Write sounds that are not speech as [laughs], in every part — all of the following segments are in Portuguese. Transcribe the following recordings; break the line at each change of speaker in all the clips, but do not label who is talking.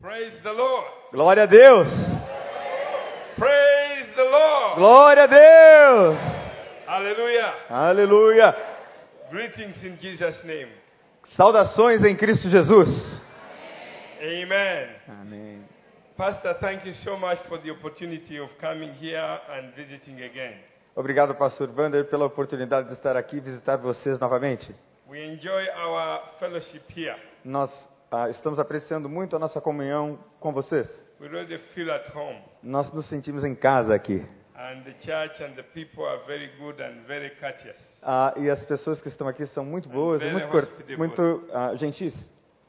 Praise the Lord.
Glória a Deus.
Praise the Lord.
Glória a Deus.
Hallelujah.
Aleluia.
Greetings in Jesus' name.
Saudações em Cristo Jesus.
Amen.
Amém.
Pastor, thank you so much for the opportunity of coming here and visiting again.
Obrigado, pastor Vander, pela oportunidade de estar aqui e visitar vocês novamente.
We enjoy our fellowship here.
Nós ah, estamos apreciando muito a nossa comunhão com vocês.
We really feel at home.
Nós nos sentimos em casa aqui.
And the church and the people are very good and very courteous.
Ah, e as pessoas que estão aqui são muito boas, e muito, cor- muito ah, gentis.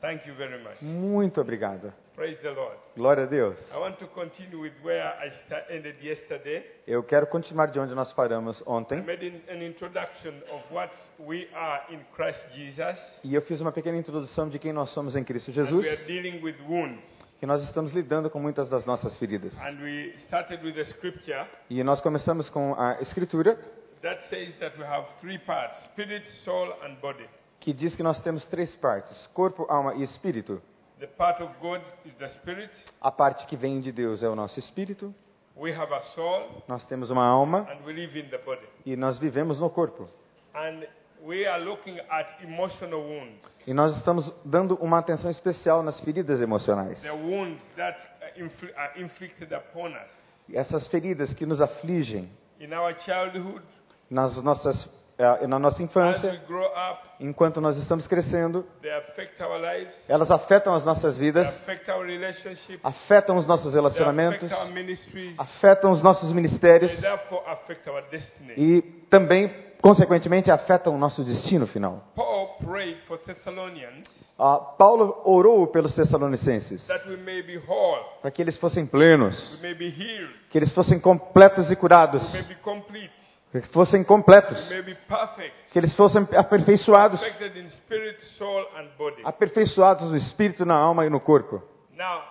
Thank you very much.
Muito obrigado.
Praise the Lord.
Glória a Deus.
I want to continue with where I sta- ended yesterday.
Eu quero continuar de onde nós paramos
I
ontem.
made an an introduction of what we are in Christ Jesus.
E eu fiz uma pequena introdução de quem nós somos em Cristo
And
Jesus,
we are dealing with wounds.
que nós estamos lidando com muitas das nossas feridas.
And we started with a scripture
E nós começamos com a Escritura,
that says that we have three parts spirit, soul, and body.
que diz que nós temos três partes: corpo, alma e espírito.
The part of God is the spirit.
A parte que vem de Deus é o nosso espírito,
We have a soul,
nós temos uma alma
and we live in the body.
e nós vivemos no corpo.
And we are looking at emotional wounds,
E nós estamos dando uma atenção especial nas feridas emocionais.
the wounds that uh, infli- are inflicted upon us
Essas feridas que nos afligem
in our childhood,
nas nossas, eh, na nossa
as we
infância,
grow up,
enquanto nós estamos crescendo,
They affect our lives.
elas afetam as nossas
They
vidas,
affect our relationship.
afetam os nossos
They affect
relacionamentos,
our ministries.
afetam os nossos ministérios
They therefore affect our destiny.
e também, consequentemente, afetam o nosso destino final.
Paul prayed for Thessalonians
Ah, Paulo orou pelos Tessalonicenses
that we may be whole,
para que eles fossem plenos,
we may be healed,
que eles fossem completos e curados,
we may be complete,
que fossem completos,
we may be perfect,
que eles fossem aperfeiçoados,
perfected in spirit, soul, and body.
aperfeiçoados no espírito, na alma e no corpo.
Now,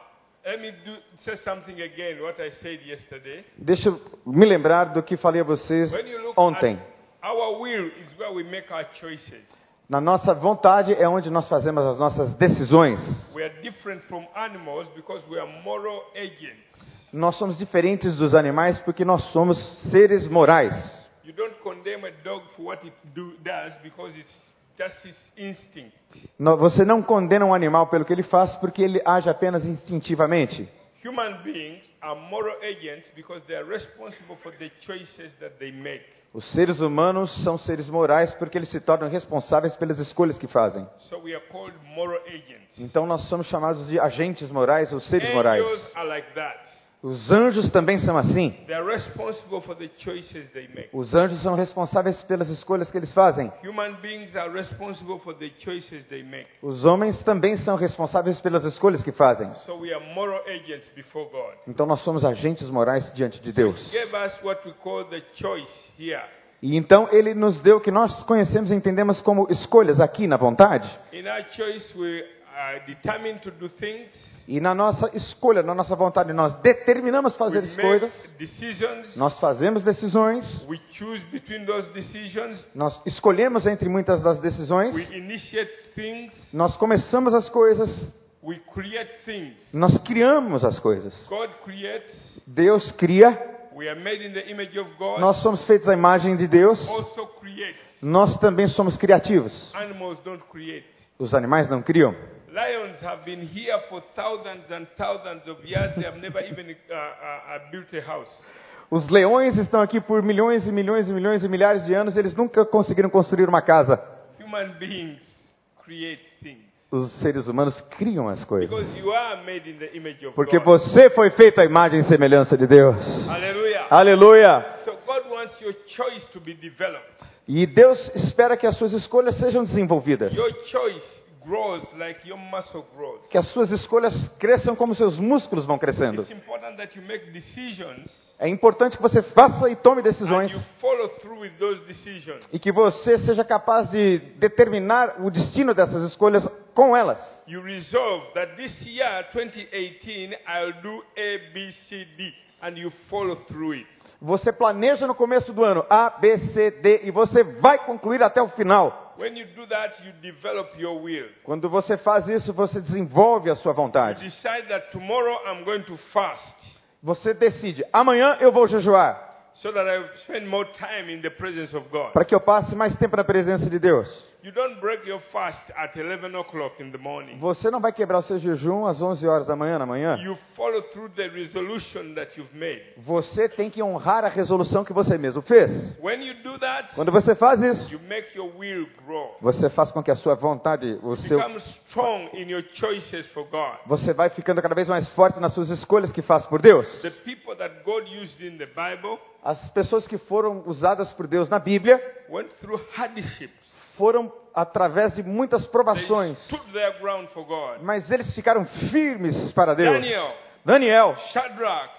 let me do, say something again. What I said yesterday.
Deixa eu me lembrar do que falei a vocês
When you look
ontem.
at our will is where we make our choices.
Na nossa vontade é onde nós fazemos as nossas decisões.
We are different from animals because we are moral agents.
Nós somos diferentes dos animais porque nós somos seres morais.
You don't condemn a dog for what it do, does because it's that's its instinct.
No- Você não condena um animal pelo que ele faz porque ele age apenas instintivamente.
Human beings are moral agents because they are responsible for the choices that they make.
Os seres humanos são seres morais porque eles se tornam responsáveis pelas escolhas que fazem.
So we are called moral agents.
Então nós somos chamados de agentes morais ou seres morais.
Angels are like that.
Os anjos também são assim.
They are responsible for the choices they make.
Os anjos são responsáveis pelas escolhas que eles fazem.
Human beings are responsible for the choices they make.
Os homens também são responsáveis pelas escolhas que fazem.
So we are moral agents before God.
Então nós somos agentes morais diante de Deus.
He gave us what we call the choice here.
E então ele nos deu o que nós conhecemos e entendemos como escolhas aqui na vontade.
In our choice, we are determined to do things.
E na nossa escolha, na nossa vontade, nós determinamos
We
fazer escolhas,
make decisions.
nós fazemos decisões,
We choose between those decisions.
nós escolhemos entre muitas das decisões,
We initiate things.
nós começamos as coisas,
We create things.
nós criamos as coisas.
God creates.
Deus cria,
We are made in the image of God.
nós somos feitos à imagem de Deus,
Also creates.
nós também somos criativos.
Animals don't create.
Os animais não criam.
Lions have been here for thousands and thousands of years. They have never even uh, uh, uh, built a house.
Os leões estão aqui por milhões e milhões e milhões e milhares de anos, eles nunca conseguiram construir uma casa.
Human beings create things
Os seres humanos criam as coisas.
because you are made in the image of
Porque
God.
você foi feito à imagem e semelhança de Deus.
Hallelujah.
Ah. Aleluia!
So God wants your choice to be developed.
E Deus espera que as suas escolhas sejam desenvolvidas.
Your choice grows like your muscle grows.
Que as suas escolhas cresçam como seus músculos vão crescendo.
It's important that you make decisions
É importante que você faça e tome
and
decisões
you follow through with those decisions.
e que você seja capaz de determinar o destino dessas escolhas com elas.
You resolve that this year, 2018, I'll do A, B, C, D, and you follow through it.
Você planeja no começo do ano A, B, C, D e você vai concluir até o final.
When you do that, you develop your will.
Quando você faz isso, você desenvolve a sua vontade.
You decide that tomorrow I'm going to fast
Você decide, amanhã eu vou jejuar,
so that I spend more time in the presence of God.
para que eu passe mais tempo na presença de Deus.
You don't break your fast at 11 o'clock in the morning.
Você não vai quebrar o seu jejum às 11 horas da manhã, na manhã.
You follow through the resolution that you've made.
Você tem que honrar a resolução que você mesmo fez.
When you do that,
Quando você faz isso,
you make your will grow.
você faz com que a sua vontade, o seu,
Become strong in your choices for God.
você vai ficando cada vez mais forte nas suas escolhas que faz por Deus.
The people that God used in the Bible
As pessoas que foram usadas por Deus na Bíblia
went through hardships.
foram através de muitas
They
provações,
stood their ground for God.
mas eles ficaram firmes para Deus.
Daniel,
Daniel,
Shadrach,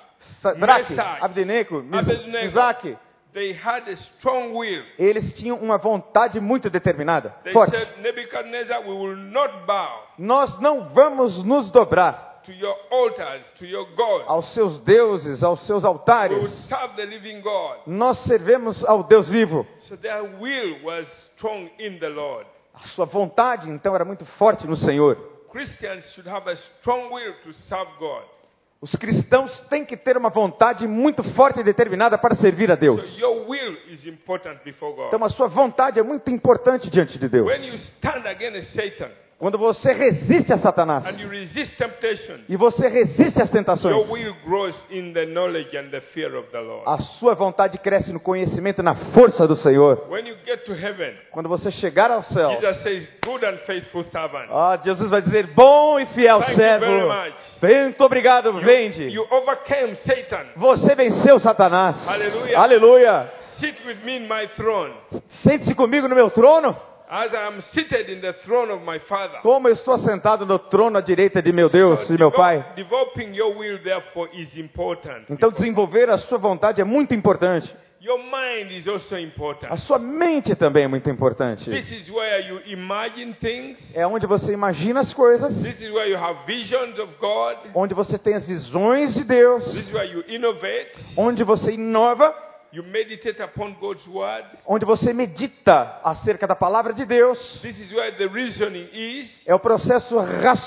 Sadraque,
Mesaque,
Abdeneco, Mis-
Abednego.
Misaque,
they had a strong will.
eles tinham uma vontade muito determinada,
They
forte.
said, Nebuchadnezzar, we will not bow
Nós não vamos nos dobrar
to your altars, to your gods.
aos seus deuses, aos seus
We will
altares.
serve the living God.
Nós servemos ao Deus vivo.
So their will was strong in the Lord.
A sua vontade, então, era muito forte no Senhor.
Christians should have a strong will to serve God.
Os cristãos têm que ter uma vontade muito forte e determinada para servir a
So
Deus.
your will is important before God.
Então, a sua vontade é muito importante diante de Deus.
When you stand against Satan
Quando você resiste a
and you
Satanás
resist temptation,
e você resiste às tentações,
your will grows in the knowledge and the fear of the Lord.
a sua vontade cresce no conhecimento e na força do Senhor.
When you get to heaven,
Quando você chegar ao céu,
Jesus says, Good and faithful servant.
ah, Jesus vai dizer: Bom e fiel
Thank you
servo,
very much.
muito obrigado, vende.
You overcame Satan.
Você venceu Satanás.
Aleluia.
Aleluia.
Sit with me in my throne.
Sente-se comigo no meu trono,
As I am seated in the throne of my Father.
como eu estou sentado no trono à direita de meu Deus e meu
Develop-
Pai.
Developing your will, therefore, is important.
Então, desenvolver a sua vontade é muito importante.
Your mind is also
A
important.
sua mente também é muito importante.
This is where you imagine things.
É onde você imagina as coisas,
This is where you have visions of God.
onde você tem as visões de Deus,
This is where you innovate.
onde você inova,
You meditate upon God's word.
onde você medita acerca da palavra de Deus.
This is where the reasoning is.
É o processo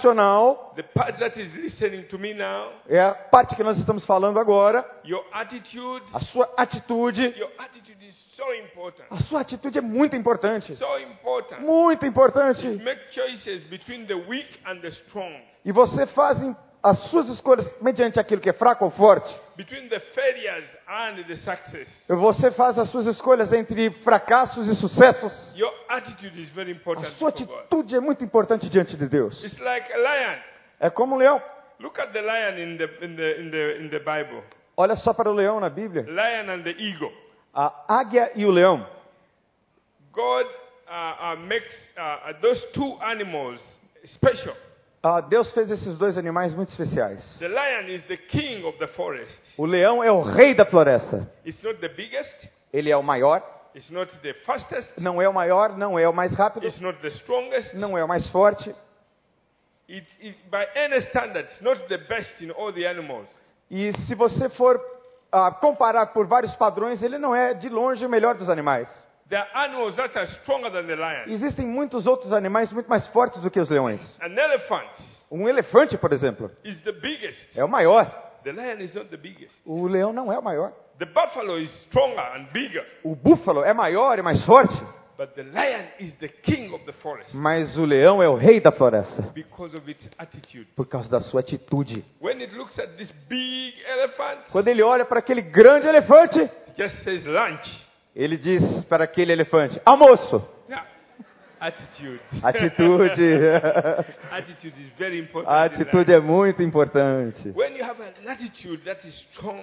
racional,
The part that is listening to me now,
é a parte que nós estamos falando agora.
your attitude,
A sua atitude,
your attitude is so important.
a sua atitude é muito importante.
So important.
Muito importante.
Make choices between the weak and the strong,
E você faz em- as suas escolhas mediante aquilo que é fraco ou forte.
between the failures and the success.
Você faz as suas escolhas entre fracassos e sucessos.
Your attitude is very
A
important.
sua
before God.
atitude é muito importante diante de Deus.
It's like a lion.
É como um leão.
Look at the lion in the in the in the in the Bible.
Olha só para o leão na Bíblia.
Lion and the eagle.
A águia e o leão.
God uh, uh, makes uh, uh, those two animals special.
Ah, Deus fez esses dois animais muito especiais.
The lion is the king of the forest.
O leão é o rei da floresta.
It's not the biggest.
Ele é o maior,
It's not the fastest.
não é o maior, não é o mais rápido,
It's not the strongest.
não é o mais forte.
It is by any standards not the best in all the animals.
E se você for ah, comparar por vários padrões, ele não é de longe o melhor dos animais.
There are animals that are stronger than the lion.
Existem muitos outros animais muito mais fortes do que os leões.
An elephant
Um elefante, por exemplo,
is the biggest.
é o maior.
The lion is not the biggest.
O leão não é o maior.
The buffalo is stronger and bigger,
O búfalo é maior e mais forte,
but the lion is the king of the forest
mas o leão é o rei da floresta
because of its attitude.
por causa da sua atitude.
When it looks at this big elephant,
Quando ele olha para aquele grande elefante,
it just says lunch.
ele diz para aquele elefante: "Almoço".
Yeah. Attitude.
Atitude.
[laughs] Attitude is very important.
A
in life.
atitude é muito importante.
When you have an attitude that is strong,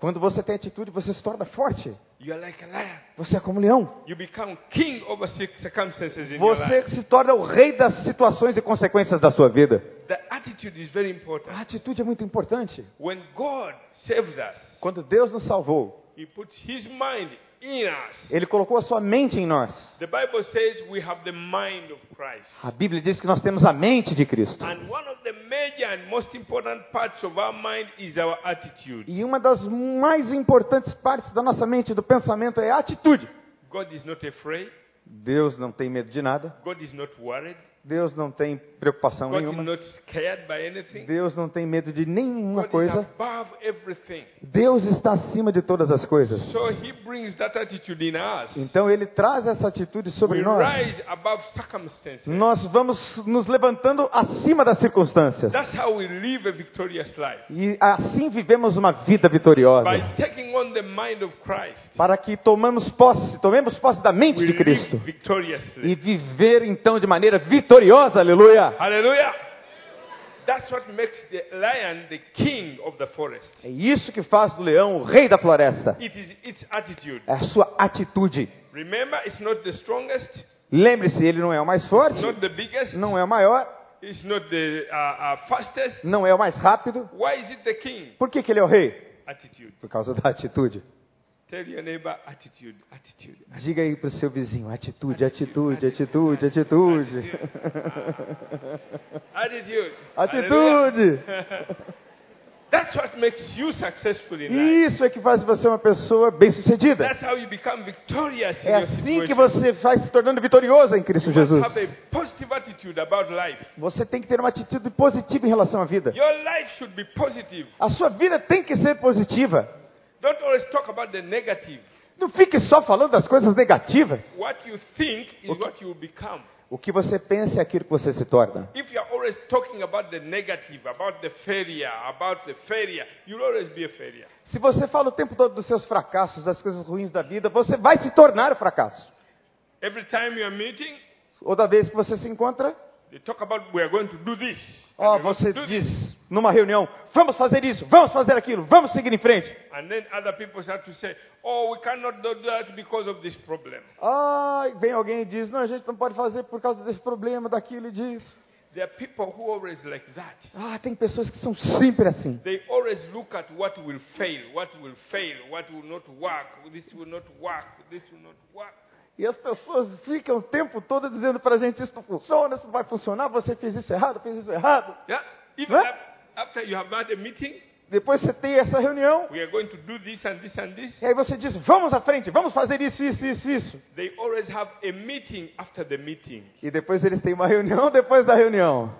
Quando você tem atitude, você se torna forte.
you are like a lion.
Você é como um leão.
You become king over cir- circumstances in your life.
Você se torna o rei das situações e consequências da sua vida.
The attitude is very important.
A atitude é muito importante.
When God saves us,
Quando Deus nos salvou,
He puts His mind in us.
Ele colocou a sua mente em nós.
The Bible says we have the mind of Christ.
A Bíblia diz que nós temos a mente de Cristo.
And one of the major and most important parts of our mind is our attitude.
E uma das mais importantes partes da nossa mente, do pensamento, é a atitude.
God is not afraid.
Deus não tem medo de nada.
God is not worried.
Deus não tem preocupação
God is
nenhuma.
not scared by anything.
Deus não tem medo de nenhuma
God is
coisa.
above everything.
Deus está acima de todas as coisas.
So he brings that attitude in us.
Então ele traz essa atitude sobre
We
nós.
rise above circumstances.
Nós vamos nos levantando acima das circunstâncias.
That's how we live a victorious life.
E assim vivemos uma vida vitoriosa.
By taking on the mind of Christ,
Para que tomamos posse, tomemos posse da mente
we
de Cristo.
live
E
victoriously.
viver então de maneira vitoriosa, aleluia.
Hallelujah. That's what makes the lion the king of the forest.
É isso que faz do leão o rei da floresta.
It is its attitude.
É a sua atitude.
Remember, it's not the strongest,
Lembre-se, ele não é o mais forte,
not the biggest,
não é o maior,
it's not the uh, uh, fastest.
não é o mais rápido.
Why is it the king?
Por que, que ele é o rei?
Attitude.
Por causa da atitude.
Tell your neighbor attitude, attitude.
Diga aí pro seu vizinho, atitude, atitude, atitude, atitude.
Attitude. Hallelujah.
Atitude!
That's what makes you successful in life.
Isso é que faz você uma pessoa bem-sucedida.
That's how you become victorious in
É
your
assim que
situation.
você vai se tornando vitorioso em Cristo
You
Jesus.
must have a positive attitude about life.
Você tem que ter uma atitude positiva em relação à vida.
Your life should be positive.
A sua vida tem que ser positiva.
Don't always talk about the negative.
Não fique só falando das coisas negativas.
What you think is
Okay.
what you become.
O que você pensa é aquilo que você se torna.
If you're always talking about the negative, about the failure, about the failure, you'll always be a failure.
Se você fala o tempo todo dos seus fracassos, das coisas ruins da vida, você vai se tornar o fracasso.
Every time you're meeting,
Ou da vez que você se encontra,
they talk about we are going to do this. and
ó,
we're going
você
to do this."
diz numa reunião: vamos fazer isso, vamos fazer aquilo, vamos seguir em frente.
And then other people start to say, oh, we cannot do that because of this problem.
Ai, vem alguém e diz: não, a gente não pode fazer por causa desse problema, daquilo e diz.
There are people who always like that.
Ah, tem pessoas que são sempre assim.
They always look at what will fail, what will fail, what will not work, this will not work, this will not work.
E as pessoas ficam o tempo todo dizendo pra gente: isso não funciona, isso não vai funcionar, você fez isso errado, fez isso errado.
Yeah? Even
Huh?
ap- after you have had a meeting,
Depois você tem essa reunião,
we are going to do this and this and this.
e aí você diz: vamos à frente, vamos fazer isso, isso, isso, isso.
They always have a meeting after the meeting.
E depois eles têm uma reunião depois da reunião.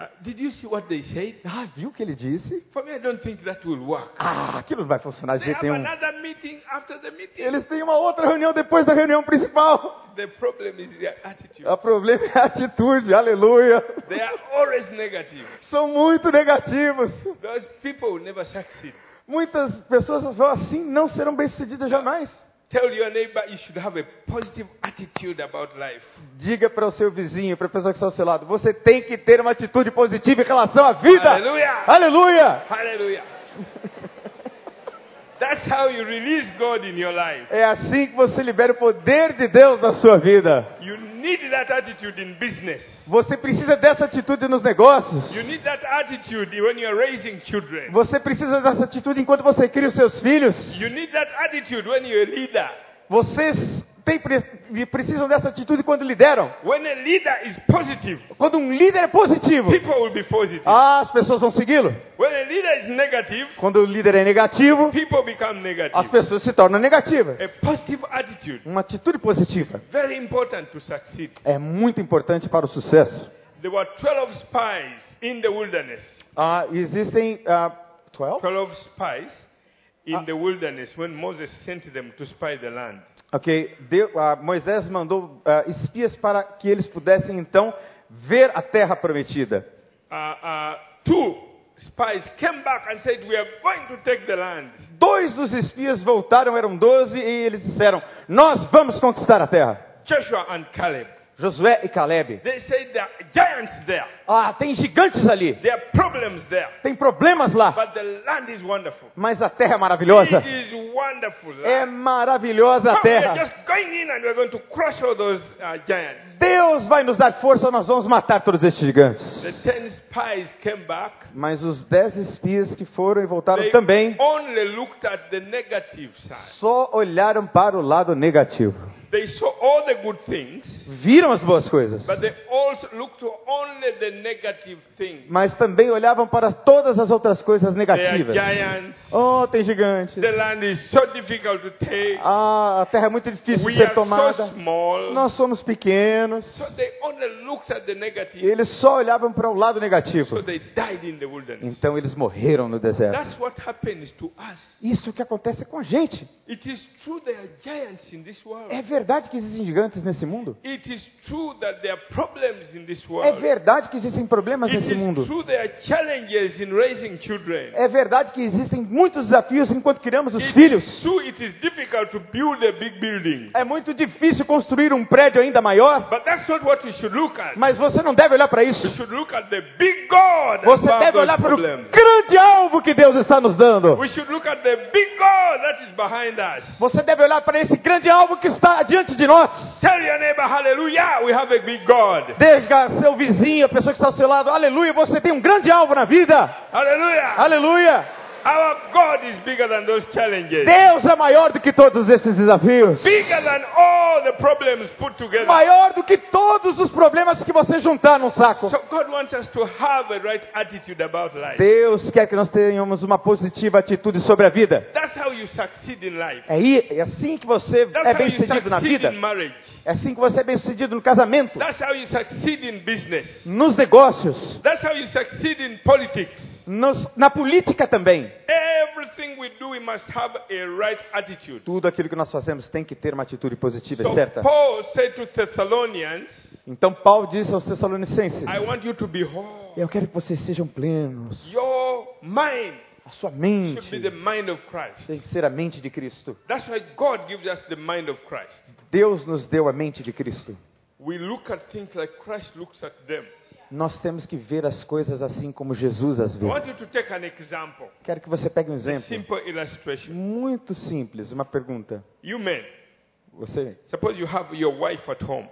Uh, did you see what they said?
Ah, viu o que ele disse?
For me, I don't think that will work.
Ah, aquilo não vai funcionar de
They have
jeito nenhum.
another meeting after the meeting.
Eles têm uma outra reunião depois da reunião principal.
The problem is their attitude.
O problema é a atitude, aleluia.
They are always negative.
São muito negativos.
Those people will never succeed.
Muitas pessoas vão assim, não serão bem-sucedidas jamais.
Tell your neighbor you should have a positive attitude about life.
Diga para o seu vizinho, para a pessoa que está ao seu lado, você tem que ter uma atitude positiva em relação à vida.
Aleluia!
Aleluia!
Hallelujah. That's how you release God in your life.
É assim que você libera o poder de Deus na sua vida.
You need that attitude in business.
Você precisa dessa atitude nos negócios.
You need that attitude when you're raising children.
Você precisa dessa atitude enquanto você cria os seus filhos.
You need that attitude when you're a leader.
Vocês têm, pre- precisam dessa atitude quando lideram.
When a leader is positive,
Quando um líder é positivo,
people will be positive.
ah, as pessoas vão segui-lo.
When a leader is negative,
Quando o líder é negativo,
people become
as
negative.
pessoas se tornam negativas.
A positive attitude,
Uma atitude positiva
very important to succeed.
é muito importante para o sucesso.
There were 12 spies in the wilderness.
Ah, existem ah, 12?
12 spies in the wilderness when Moses sent them to spy the land.
Ok, Deu- ah, Moisés mandou ah, espias para que eles pudessem então ver a terra prometida.
Uh, uh, two spies came back and said, We are going to take the land.
Dois dos espias voltaram, eram doze, e eles disseram: Nós vamos conquistar a terra.
Joshua and Caleb.
Josué e Caleb.
They said there are giants there,
Ah, tem gigantes ali,
there are problems there,
tem problemas lá,
but the land is wonderful.
mas a terra é maravilhosa.
It is wonderful.
É
land.
maravilhosa a
But we are
terra.
just going in and we are going to crush all those uh, giants.
Deus vai nos dar força, nós vamos matar todos estes gigantes.
The ten spies came back.
Mas os dez espias que foram e voltaram
They
também
only looked at the negative side.
só olharam para o lado negativo.
They saw all the good things,
viram as boas coisas,
but they also looked to only the negative things.
mas também olhavam para todas as outras coisas
They are
negativas.
giants.
Oh, tem gigantes.
The land is so difficult to take.
Ah, a terra é muito difícil de
We
ser
are so
tomada.
small.
Nós somos pequenos.
So they only looked at the
E
negative.
eles só olhavam para o lado
So
negativo.
they died in the wilderness.
Então eles morreram no deserto.
That's what happens to us.
Isso que acontece com a gente.
It is true there are giants in this world.
É verdade que existem gigantes nesse mundo?
It is true that there are problems in this
É
world.
verdade que existem problemas
It
nesse mundo?
is true there are challenges in raising children.
É verdade que existem muitos desafios enquanto criamos os
It
filhos?
is true it is difficult to build a big building.
É muito difícil construir um prédio ainda maior,
But that's not what we should look at.
mas você não deve olhar para isso.
We should look at the big God
Você
above
deve
those
olhar para o
problems.
grande alvo que Deus está nos dando.
We should look at the big God that is behind us.
Você deve olhar para esse grande alvo que está diante de nós.
Tell your neighbor, hallelujah, we have a big God.
Desde seu vizinho, a pessoa que está ao seu lado, aleluia, você tem um grande alvo na vida.
Hallelujah.
Aleluia!
Our God is bigger than those challenges.
Deus é maior do que todos esses desafios.
Bigger than all the problems put together.
Maior do que todos os problemas que você juntar num saco.
So God wants us to have a right attitude about life.
Deus quer que nós tenhamos uma positiva atitude sobre a vida.
That's how you succeed in life.
É aí- é assim que você
That's
é
how
bem
you
sucedido na
succeed
vida.
in marriage.
É assim que você é bem sucedido no casamento,
That's how you succeed in business.
nos negócios,
That's how you succeed in politics.
nos- na política também.
Everything we do, we must have a right attitude.
Tudo aquilo que nós fazemos tem que ter uma atitude positiva e
So
certa.
Paul said to Thessalonians,
Então Paulo disse aos Tessalonicenses:
I want you to be whole.
Eu quero que vocês sejam plenos.
Your mind
A sua
should be
mente
the mind of Christ.
tem que ser a mente de Cristo.
That's why God gives us the mind of Christ.
Deus nos deu a mente de Cristo.
We look at things like Christ looks at them.
Nós temos que ver as coisas assim como Jesus as
I
viu.
want you to take an example,
Quero que você pegue um exemplo
simple illustration.
muito simples, uma pergunta.
You men,
Você,
suppose you have your wife at home.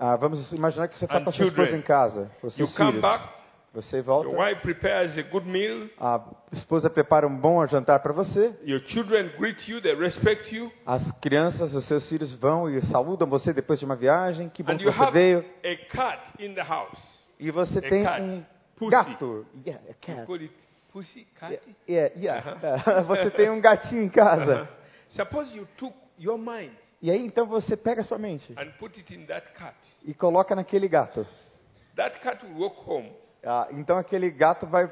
ah, vamos imaginar que você está
And
com a sua esposa
children.
em casa, com os
You
seus
come
filhos.
back,
Você
your
volta,
wife prepares a good meal,
a esposa prepara um bom jantar para você.
your children greet you, they respect you,
As crianças, os seus filhos vão e saudam você depois de uma viagem. Que bom
and
que
you
você
have
veio.
a cat in the house.
E você
A
tem
cat.
um
Pussy.
gato. Yeah, a
You
cat.
call it pussy Uh-huh. cat.
Yeah, yeah. [laughs] Você tem um gatinho em casa.
Uh-huh. Suppose you took your mind
E aí então você pega a sua mente
and put it in that cat.
e coloca naquele gato.
That cat will walk home.
Ah, então aquele gato vai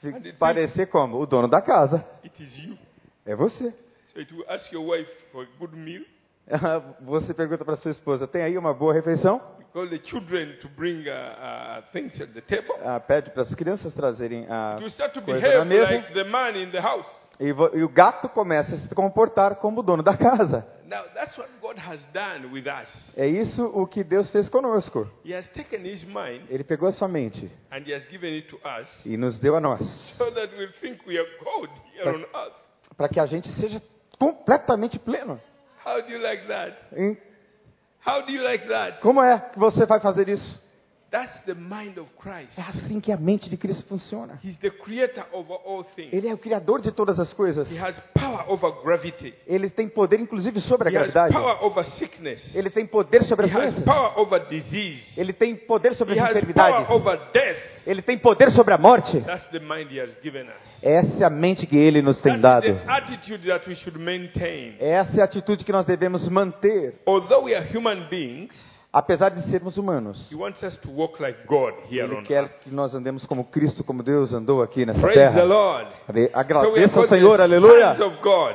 se
Ah, de-
parecer como? O dono da casa.
It is you.
É você. [laughs]
So it will ask your wife for a good meal.
Você pergunta para sua esposa: tem aí uma boa refeição?
You call the children to bring uh, uh, things at the table.
Ah, pede para as crianças trazerem a
It will start to
coisa na
behave
mesa.
like the man in the house.
E, vo- e o gato começa a se comportar como o dono da casa.
Now, that's what God has done with us.
É isso o que Deus fez conosco.
He has taken his mind
Ele pegou a sua mente
and he has given it to us
e nos deu a nós.
so that we think we are God here on earth.
para que a gente seja completamente pleno.
How do you like that?
Hein?
How do you like that?
Como é que você vai fazer isso?
That's the mind of Christ.
É assim que a mente de Cristo funciona.
He's the creator over all things.
Ele é o criador de todas as coisas.
He has power over gravity.
Ele tem poder, inclusive, sobre a
He has
gravidade.
power over sickness.
Ele tem poder sobre
He
as
has
doenças.
power over disease.
Ele tem poder
He
sobre as
has power
enfermidades.
over death.
Ele tem poder sobre a morte.
That's the mind he has given us.
Essa é a mente que ele nos tem
That's
dado.
the attitude that we should maintain.
Essa é a atitude que nós devemos manter.
Although we are human beings,
Apesar de sermos humanos,
he wants us to walk like God here
ele
on earth.
quer que nós andemos como Cristo, como Deus andou aqui nessa
Praise the
terra.
Lord. So we are
Agradeça ao
called
Senhor,
the
aleluia.
sons of God.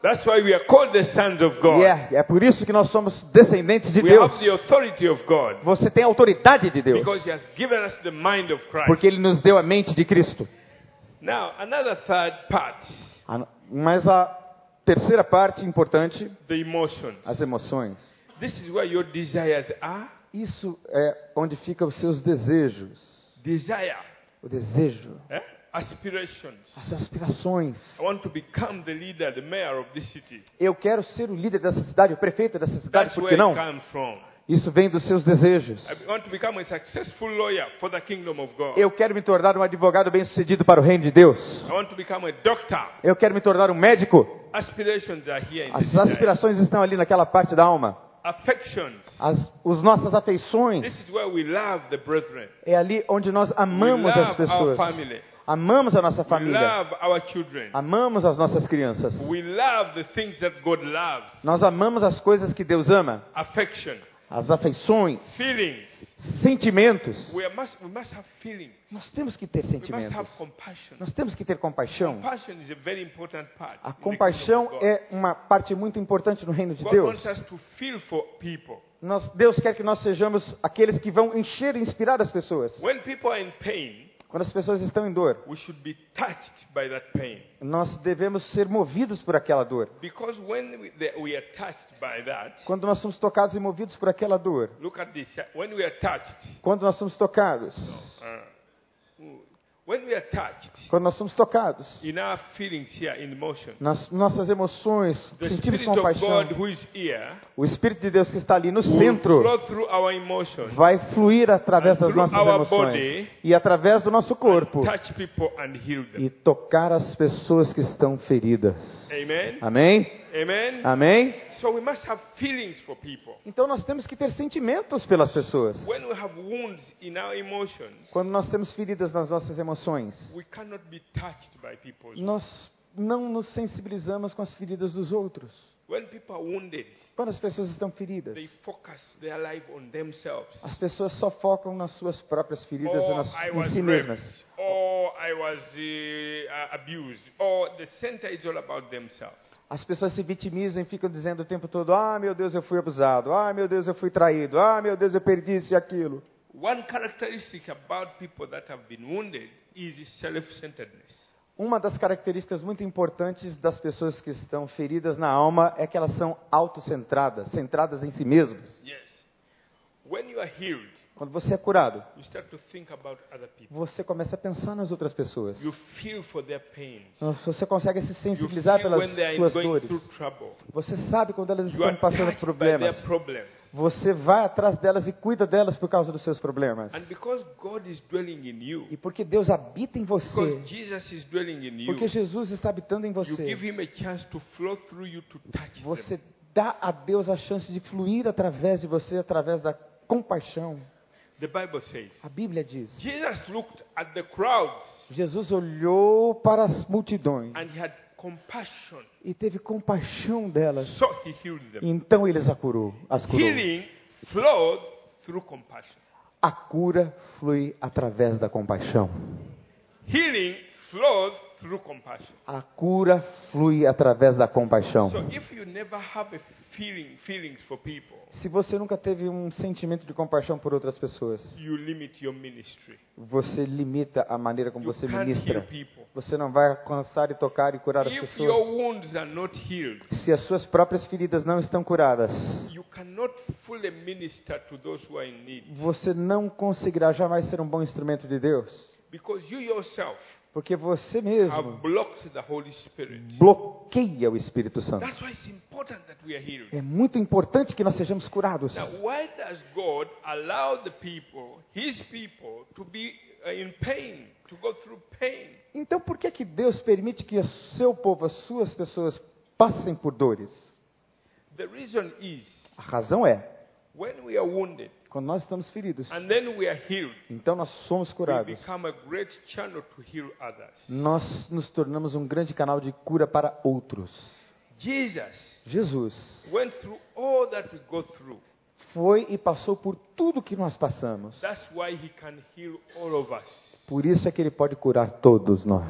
That's why we are called the sons of God.
E é, é por isso que nós somos descendentes de
We
Deus.
have the authority of God
Você tem a autoridade de Deus,
because He has given us the mind of Christ.
porque Ele nos deu a mente de Cristo.
Now, another third part
A- Mas a terceira parte importante,
the emotions.
as emoções.
This is where your desires are.
Isso é onde ficam os seus desejos.
Desire,
O desejo,
eh? aspirations.
as aspirações.
I want to become the leader, the mayor of this city.
Eu quero ser o líder dessa cidade, o prefeito dessa cidade,
That's
por
where
que
it
não?
comes from.
Isso vem dos seus desejos.
I want to become a successful lawyer for the kingdom of God.
Eu quero me tornar um advogado bem-sucedido para o reino de Deus.
I want to become a doctor.
Eu quero me tornar um médico.
Aspirations are here in this
As
desire.
aspirações estão ali naquela parte da alma.
Affections.
As os nossas
This
afeições
is where we love the brethren.
é ali onde nós
We
amamos as
love our
pessoas.
family.
Amamos a nossa
We
família.
love our children.
Amamos as nossas crianças.
We love the things that God loves.
Nós amamos as coisas que Deus ama,
Affection,
as afeições,
feelings.
sentimentos.
We must, we must have feelings.
Nós temos que ter
We must have
sentimentos.
compassion.
Nós temos que ter compaixão.
Compassion is a very important part.
A
in the
compaixão
kingdom of
é uma parte muito importante no reino de
God. God
Deus.
wants us to feel for people.
Nós- Deus quer que nós sejamos aqueles que vão encher e inspirar as pessoas.
When people are in pain,
Quando as pessoas estão em dor,
we should be touched by that pain.
nós devemos ser movidos por aquela dor.
Because when we, the, we are touched by that,
Quando nós somos tocados e movidos por aquela dor,
look at this. When we are touched,
quando nós somos tocados,
uh, when we are touched
quando nós somos tocados,
in our feelings here, in emotion,
nas nossas emoções,
the
sentimos
Spirit of God
compaixão.
who is here
O Espírito de Deus que está ali no
will
centro
flow through our emotions,
vai fluir através das
through
nossas
our
emoções
body
e através do nosso corpo
touch people and heal them.
e tocar as pessoas que estão feridas.
Amen.
Ah. Amém?
Amen.
Amém?
So we must have feelings for people.
Então nós temos que ter sentimentos pelas pessoas.
When we have wounds in our emotions,
Quando nós temos feridas nas nossas emoções,
we cannot be touched by people.
nós não nos sensibilizamos com as feridas dos outros.
When people are wounded,
Quando as pessoas estão feridas,
they focus their life on themselves.
as pessoas só focam nas suas próprias feridas e
Or
nas,
Oh, I
em
was
si mesmas.
raped. Or I was uh, uh, abused. Or the center is all about themselves.
As pessoas se vitimizam e ficam dizendo o tempo todo: ah, meu Deus, eu fui abusado, ah, meu Deus, eu fui traído, ah, meu Deus, eu perdi isso e aquilo.
One characteristic about people that have been wounded is self-centeredness.
Uma das características muito importantes das pessoas que estão feridas na alma é que elas são autocentradas, centradas em si mesmas.
Yes. When you are healed,
Quando você é curado,
you start to think about other people.
você começa a pensar nas outras pessoas.
You feel for their pains.
Você consegue se
You
sensibilizar
feel
pelas
when they are
suas
going
dores.
through trouble.
Você sabe quando elas
You are
estão passando
touched by
problemas.
their problems.
Você vai atrás delas e cuida delas por causa dos seus problemas.
And because God is dwelling in you,
E porque Deus habita em você,
because Jesus is dwelling in you,
porque Jesus está habitando em
you give
você,
him a chance to flow through you to touch them.
você dá a Deus a chance de fluir através de você, através da compaixão.
The Bible says,
A Bíblia diz:
Jesus looked at the crowds
Jesus olhou para as multidões
and he had compassion,
e teve compaixão delas.
so he healed them.
Então ele as curou. As curou.
Healing flowed through compassion.
A cura flui através da compaixão.
Healing flows through compassion.
A cura flui através da compaixão.
So if you never have a feeling, feelings for people,
Se você nunca teve um sentimento de compaixão por outras pessoas,
you limit your ministry.
você limita a maneira como
You
você
can't heal
ministra.
people.
Você não vai alcançar e tocar e curar as
If your
pessoas.
wounds are not healed,
Se as suas próprias feridas não estão curadas,
you cannot fully minister to those who are in need
você não conseguirá jamais ser um bom instrumento de Deus.
because you yourself
Porque você
have
mesmo
blocked the Holy Spirit.
bloqueia o Espírito Santo.
That's why it's important that we are healed.
É muito importante que nós sejamos curados.
Now, why does God allow the people, His people, to be uh, in pain, to go through pain?
Então, por que, que Deus permite que o seu povo, as suas pessoas, passem por dores?
The reason is
A razão é,
when we are wounded
quando nós estamos feridos,
and then we are healed,
então nós somos
we
curados.
become a great channel to heal
Mm.
others.
Nós nos tornamos um grande canal de cura para outros.
Jesus
Jesus
went through all that we go through.
foi e passou por tudo que nós passamos.
That's why He can heal all of us.
Por isso é que ele pode curar todos nós.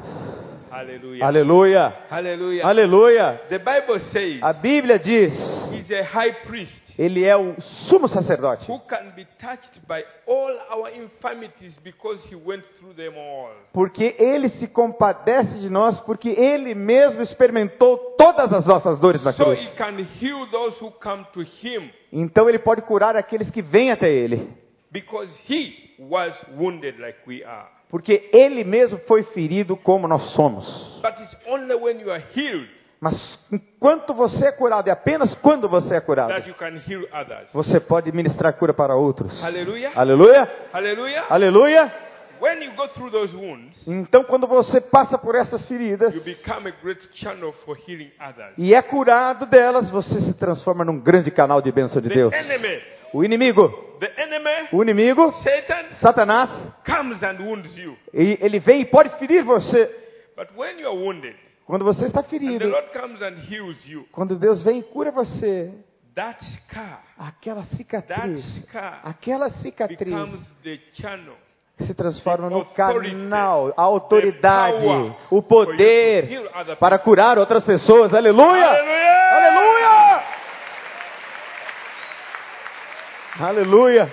Hallelujah.
Aleluia!
Hallelujah.
Aleluia!
The Bible says
A Bíblia diz:
He's a high priest
ele é o sumo sacerdote.
who can be touched by all our infirmities because He went through them all.
Porque ele se compadece de nós, porque ele mesmo experimentou todas as nossas dores na
So
cruz.
he can heal those who come to him
Então ele pode curar aqueles que vêm até ele,
because he was wounded like we are.
porque ele mesmo foi ferido como nós somos.
But it's only when you are healed
Mas enquanto você é curado, e apenas quando você é
that
curado,
you can heal others.
você pode ministrar cura para outros.
Hallelujah.
Aleluia!
Hallelujah.
Aleluia!
When you go through those wounds,
Então, quando você passa por essas feridas
you become a great channel for healing others.
e é curado delas, você se transforma num grande canal de bênção de
The
Deus.
enemy,
O inimigo,
the enemy,
o inimigo,
Satan,
Satanás,
comes and wounds you.
e- ele vem e pode ferir você
But when you are wounded,
quando você está
and the
ferido.
Lord comes and heals you,
Quando Deus vem e cura você,
that scar,
aquela
that
cicatriz,
scar
aquela
becomes
cicatriz
the channel.
se transforma
the
no
authority,
canal, a autoridade,
the power
o
for you to
poder
heal other
para curar outras pessoas. Aleluia! Aleluia! Aleluia!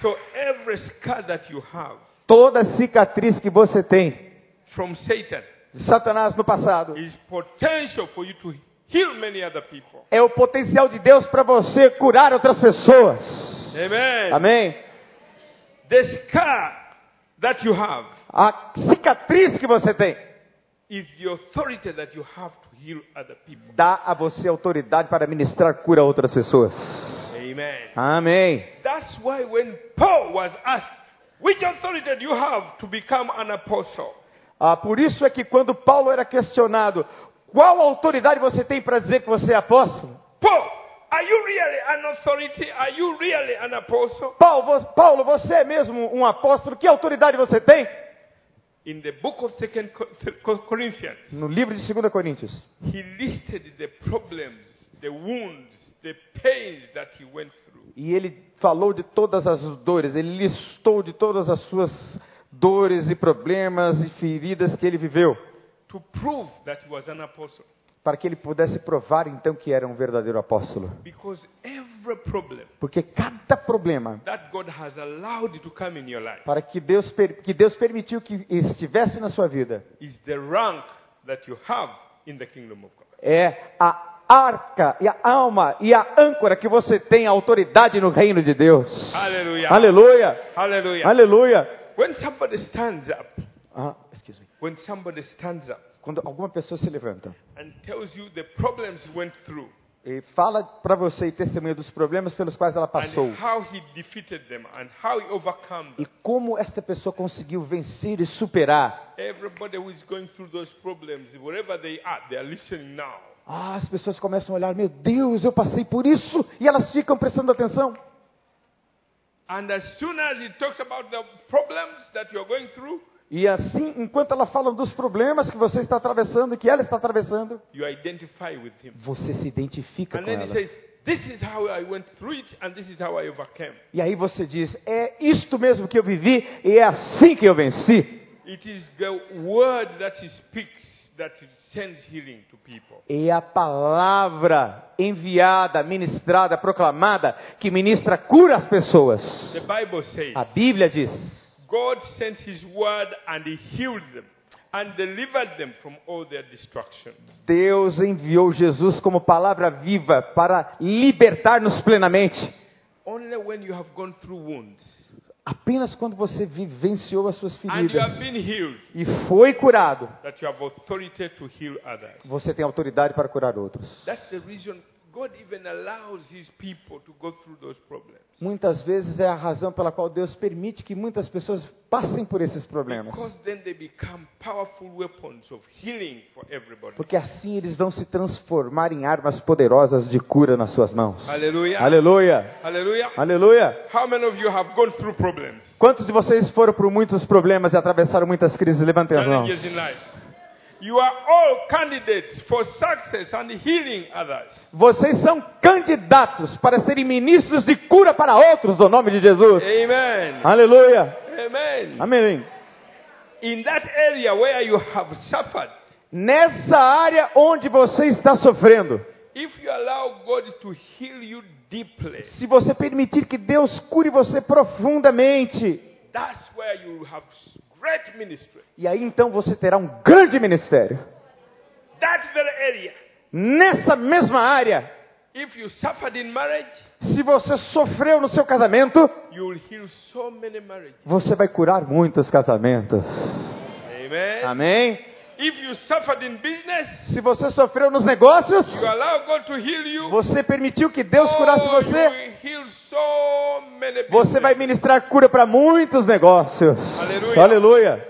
So every scar that you have
Toda cicatriz que você tem
from Satan
de Satanás no passado
is potential for you to heal many other people.
é o potencial de Deus para você curar outras pessoas.
Amen.
Amém?
The scar that you have
A cicatriz que você tem
is the authority that you have to heal other people.
dá a você autoridade para ministrar cura a outras pessoas.
Amen.
Amém.
That's why when Paul was asked, which authority do you have to become an apostle?
Ah, por isso é que quando Paulo era questionado, qual autoridade você tem para dizer que você é apóstolo?
Paul, are you really an authority? Are you really an apostle?
Paulo, vo- Paulo, você é mesmo um apóstolo? Que autoridade você tem?
In the book of Second Co- Co- Corinthians,
No livro de 2 Coríntios,
he listed the problems, the wounds, the pains that he went through.
e ele falou de todas as dores, ele listou de todas as suas dores e problemas e feridas que ele viveu,
to prove that he was an apostle.
para que ele pudesse provar então que era um verdadeiro apóstolo.
Because every problem
Porque cada problema
that God has allowed to come in your life
para que Deus per- que Deus permitiu que estivesse na sua vida
is the rank that you have in the kingdom of God.
é a arca e a alma e a âncora que você tem a autoridade no reino de Deus.
Hallelujah.
Aleluia.
Hallelujah.
Aleluia.
When somebody stands up,
Ah, excuse me.
when somebody stands up
Quando alguma pessoa se levanta
and tells you the problems he went through
e fala para você e testemunha dos problemas pelos quais ela passou
and how he defeated them and how he overcome
e
them,
como esta pessoa conseguiu vencer e superar.
everybody who is going through those problems, wherever they are, they are listening now.
Ah, as pessoas começam a olhar, meu Deus, eu passei por isso e elas ficam prestando atenção.
And as soon as he talks about the problems that you are going through,
E assim, enquanto ela fala dos problemas que você está atravessando, que ela está atravessando,
you identify with him.
você se identifica
And
com
then he
ela.
says, This is how I went through it, and this is how I overcame.
E aí você diz: é isto mesmo que eu vivi e é assim que eu venci.
It is the word that he speaks that sends healing to people.
É a palavra enviada, ministrada, proclamada, que ministra cura às pessoas.
The Bible says,
A Bíblia diz:
God sent his word and he healed them and delivered them from all their destructions.
Deus enviou Jesus como palavra viva para libertar-nos plenamente.
Only when you have gone through wounds
Apenas quando você vivenciou as suas
and you have
feridas
been healed
e foi curado,
that you have authority to heal others.
você tem autoridade para curar outros.
That's the reason God even allows his people to go through those problems.
Muitas vezes é a razão pela qual Deus permite que muitas pessoas passem por esses problemas.
Because then they become powerful weapons of healing for everybody.
Porque assim eles vão se transformar em armas poderosas de cura nas suas mãos.
Hallelujah.
Aleluia!
Hallelujah.
Aleluia!
How many of you have gone through problems,
Quantos de vocês foram por muitos problemas e atravessaram muitas crises? Levantem as mãos.
challenges in life? You are all candidates for success and healing others.
Vocês são candidatos para serem ministros de cura para outros, no nome de Jesus.
Amen.
Aleluia!
Amen.
Amém.
In that area where you have suffered,
Nessa área onde você está sofrendo,
if you allow God to heal you deeply,
se você permitir que Deus cure você profundamente,
that's where you have great ministry.
E aí então você terá um grande ministério.
That very area.
Nessa mesma área,
If you suffered in marriage,
se você sofreu no seu casamento,
you will heal so many marriages.
você vai curar muitos casamentos.
Amen.
Amém?
If you suffered in business,
Se você sofreu nos negócios,
you allow God to heal you.
você permitiu que Deus
oh,
curasse
you
você,
will heal so many people.
você vai ministrar cura para muitos negócios.
Aleluia.
Aleluia.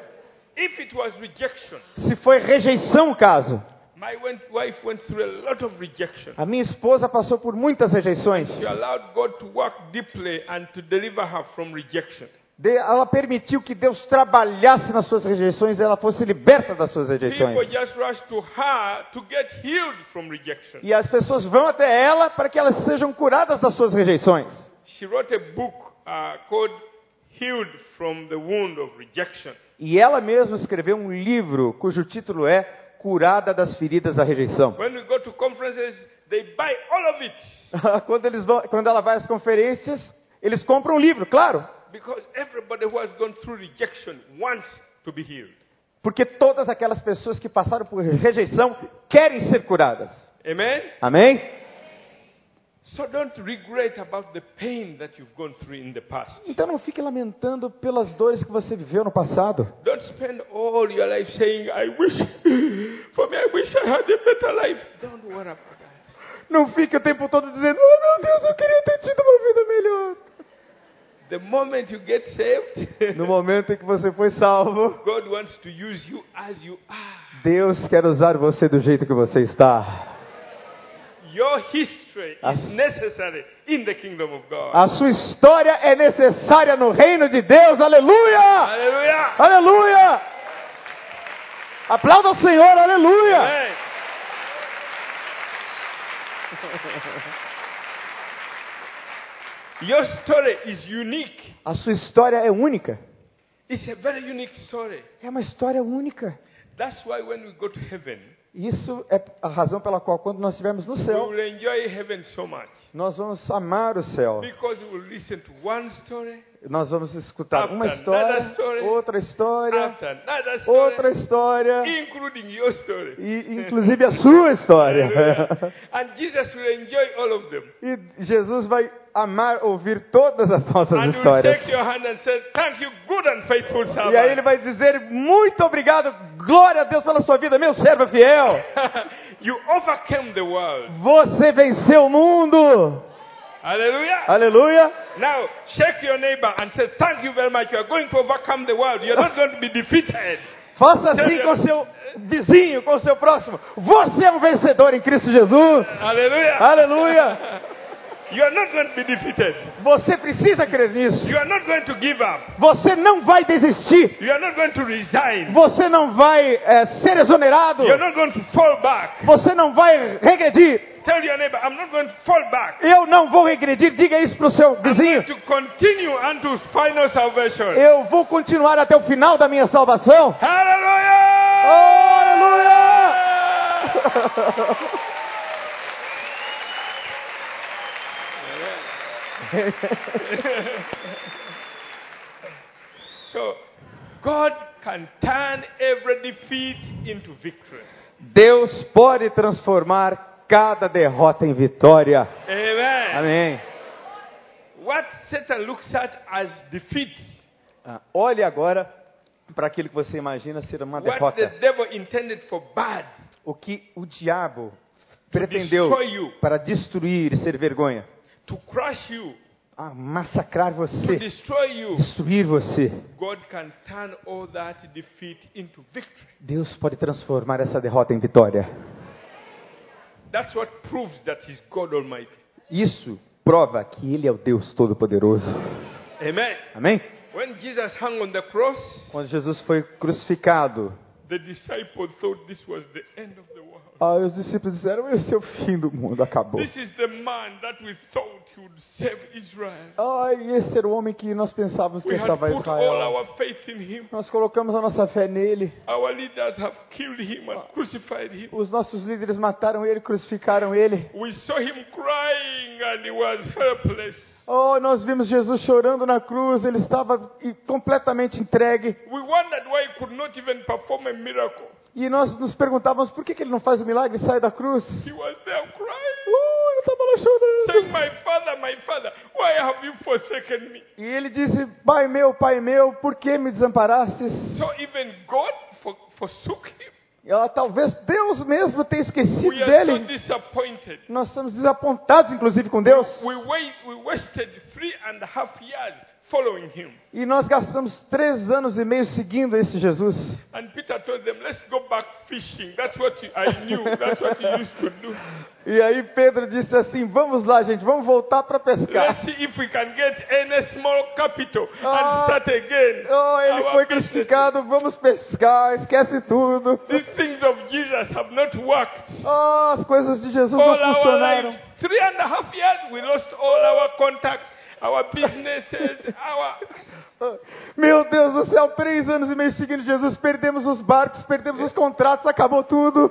If it was rejection,
Se foi rejeição o caso,
my went, wife went through a lot of rejection.
a minha esposa passou por muitas rejeições.
She allowed God to work deeply and to deliver her from rejection.
De- Ela permitiu que Deus trabalhasse nas suas rejeições e ela fosse liberta das suas
People
rejeições.
just rush to her to get healed from rejection.
E as pessoas vão até ela para que elas sejam curadas das suas rejeições.
She wrote a book uh, called Healed from the Wound of Rejection.
E ela mesma escreveu um livro cujo título é Curada das Feridas da Rejeição. [laughs]
When we go to conferences, they buy all of it
quando, eles vão- quando ela vai às conferências, eles compram um livro, claro.
because everybody who has gone through rejection wants to be healed.
Porque todas aquelas pessoas que passaram por rejeição querem ser curadas.
Amen?
Amém?
So don't regret about the pain that you've gone through in the past.
Então não fique lamentando pelas dores que você viveu no passado.
Don't spend all your life saying, I wish, [laughs] for me, I wish I had a better life. Don't worry about that.
Não fique o tempo todo dizendo, oh meu Deus, eu queria ter tido uma vida melhor.
The moment you get saved,
No momento em que você foi salvo,
[laughs] God wants to use you as you are.
Deus quer usar você do jeito que você está.
Your history
As-
is necessary in the kingdom of God.
A sua história é necessária no reino de Deus. Aleluia!
Hallelujah!
Aleluia! Aplauda o Senhor, aleluia! [laughs]
Amen. Your story is unique.
A sua história é única.
It's a very unique story.
É uma história única.
That's why when we go to heaven,
Isso é a razão pela qual, quando nós estivermos no
we
céu,
will enjoy heaven so much
nós vamos amar o céu.
because we will listen to one story
Nós vamos escutar uma
After another
história,
story,
outra história,
after another story,
outra história,
including your
[laughs]
story.
e inclusive a sua história.
Hallelujah. [laughs] and Jesus will enjoy all of them.
[laughs] E Jesus vai amar ouvir todas as nossas
And he will
histórias.
shake your hand and say, Thank you, good and faithful
E aí ele
servant.
vai dizer: Muito obrigado, glória a Deus pela sua vida, meu servo é fiel.
[laughs] you overcame the world.
Você venceu o mundo.
Hallelujah.
Aleluia.
Now, shake your neighbor and say, Thank you very much. You are going to overcome the world. You're not going to be defeated.
Faça assim com seu vizinho, com seu próximo. Você é um vencedor em Cristo Jesus.
Hallelujah.
Ah. Aleluia.
You are not going to be defeated.
Você precisa crer nisso.
You are not going to give up.
Você não vai desistir.
You are not going to resign.
Você não vai eh, ser exonerado.
You are not going to fall back.
Você não vai regredir.
Tell your neighbor, I'm not going to fall back.
Eu não vou regredir. Diga isso para o seu vizinho.
To continue unto final salvation.
Eu vou continuar até o final da minha salvação. Oh,
[laughs] Hallelujah!
aleluia!
so, God can turn every defeat into victory.
Deus pode transformar cada derrota em vitória.
Amen.
Amém.
What Satan looks at as defeat,
Ah, Olhe agora para aquilo que você imagina ser uma
what the
derrota.
devil intended for bad,
O que o diabo pretendeu
destroy you.
para destruir e ser vergonha.
to crush you,
Ah, massacrar
to
você,
destroy you,
destruir você.
God can turn all that defeat into victory.
Deus pode transformar essa derrota em vitória.
That's what proves that He's God Almighty.
Isso prova que Ele é o Deus Todo-Poderoso.
Amen.
Amém?
When Jesus hung on the cross,
Quando Jesus foi crucificado,
the disciples thought this was the end of the world.
ah, os discípulos disseram: Esse é o fim do mundo, acabou.
This is the man that we thought he would save Israel.
Ai, esse era o homem que nós pensávamos que
We
ia
had
salvar
put all
Israel.
our faith in him.
Nós colocamos a nossa fé nele.
Our leaders have killed him and crucified him.
Os nossos líderes mataram ele, crucificaram ele.
We saw him crying and he was helpless.
Oh, nós vimos Jesus chorando na cruz, ele estava e- completamente entregue.
We wondered why he could not even perform a miracle.
E nós nos perguntávamos por que, que ele não faz o milagre e sai da cruz.
He was there
Oh,
crying,
ele estava lá chorando.
saying, My father, my father, why have you forsaken me?
E ele disse: Pai meu, pai meu, por que me desamparastes?
So even God for, forsook him.
Ela, talvez Deus mesmo tenha esquecido
We are so
dele.
disappointed.
Nós estamos desapontados, inclusive, com Deus.
We, wait, we wasted three and a half years following him.
E nós gastamos três anos e meio seguindo esse Jesus.
And Peter told them, let's go back fishing. That's what you, I knew. That's what you used to
[laughs]
do.
E aí Pedro disse assim: Vamos lá, gente, vamos voltar para pescar.
Let's see if we can get any small capital and
Ah.
start again.
[laughs] Oh, ele
our
foi
business."
criticado, vamos pescar, esquece tudo.
These things of Jesus have not worked.
Oh, as coisas de Jesus
All
não
our
funcionaram.
life, three and a half years, we lost all our contacts, our businesses, [laughs] our.
Oh, Meu Deus do céu, três anos e meio seguindo Jesus, perdemos os barcos, perdemos os contratos, acabou tudo.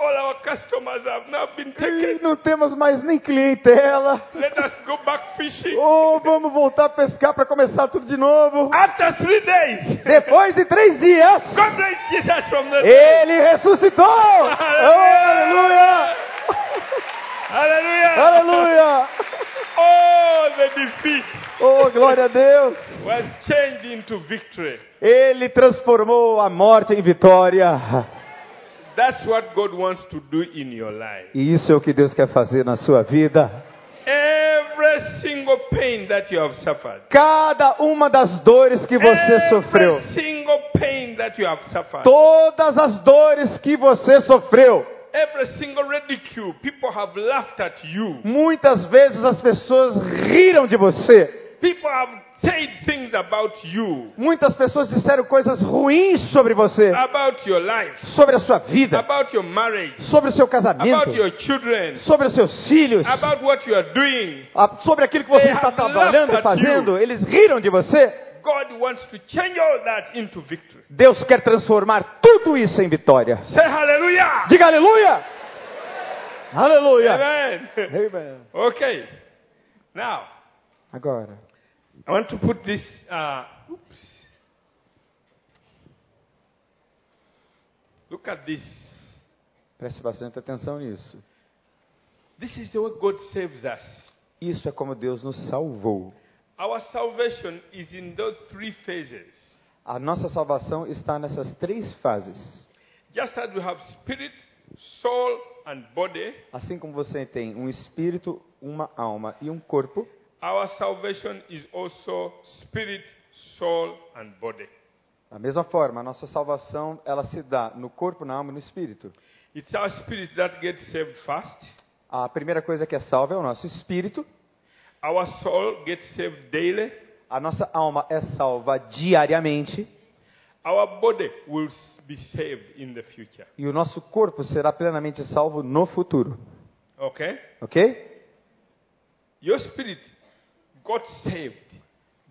All our customers have now been
E
taken.
não temos mais nem clientela.
Let us go back fishing.
Ou vamos voltar a pescar para começar tudo de
Ah!
novo.
After three days,
Depois de três dias,
God raised Jesus from
Eh.
the dead.
ele ressuscitou! Oh, Aleluia!
[laughs] Hallelujah.
Aleluia!
All the defeat
Oh, glória a Deus!
was changed into victory.
Ele transformou a morte em vitória.
That's what God wants to do in your life.
E isso é o que Deus quer fazer na sua vida.
Every single pain that you have suffered.
Cada uma das dores que você sofreu,
Every single pain that you have suffered.
todas as dores que você sofreu,
Every single ridicule, people have laughed at you.
muitas vezes as pessoas riram de você.
People have said things about you,
Muitas pessoas disseram coisas ruins sobre você,
about your life,
sobre a sua vida,
about your marriage,
sobre o seu
about
casamento,
your children,
sobre os seus filhos,
about what you are doing.
É a- Ah, sobre aquilo que você
They
está
have laughed
trabalhando e
at
fazendo. Eles riram de você.
God wants to change all that into victory.
Deus quer transformar tudo isso em vitória.
Say hallelujah!
Diga aleluia! Aleluia!
Amen. [laughs]
Amen.
Okay. Now,
Agora,
I want to put this. Uh, oops. Look at this.
preste bastante atenção nisso.
This is the way God saves us.
Isso é como Deus nos salvou.
Our salvation is in those three phases.
A nossa salvação está nessas três fases.
Just as we have spirit, soul, and body,
Assim como você tem um espírito, uma alma e um corpo,
our salvation is also spirit, soul, and body.
da mesma forma, a nossa salvação ela se dá no corpo, na alma e no espírito.
It's our spirit that gets saved first.
A primeira coisa que é salva é o nosso espírito.
Our soul gets saved daily.
A nossa alma é salva diariamente
Our body will s- be saved in the future.
e o nosso corpo será plenamente salvo no futuro.
Okay?
Ok?
Your spirit got saved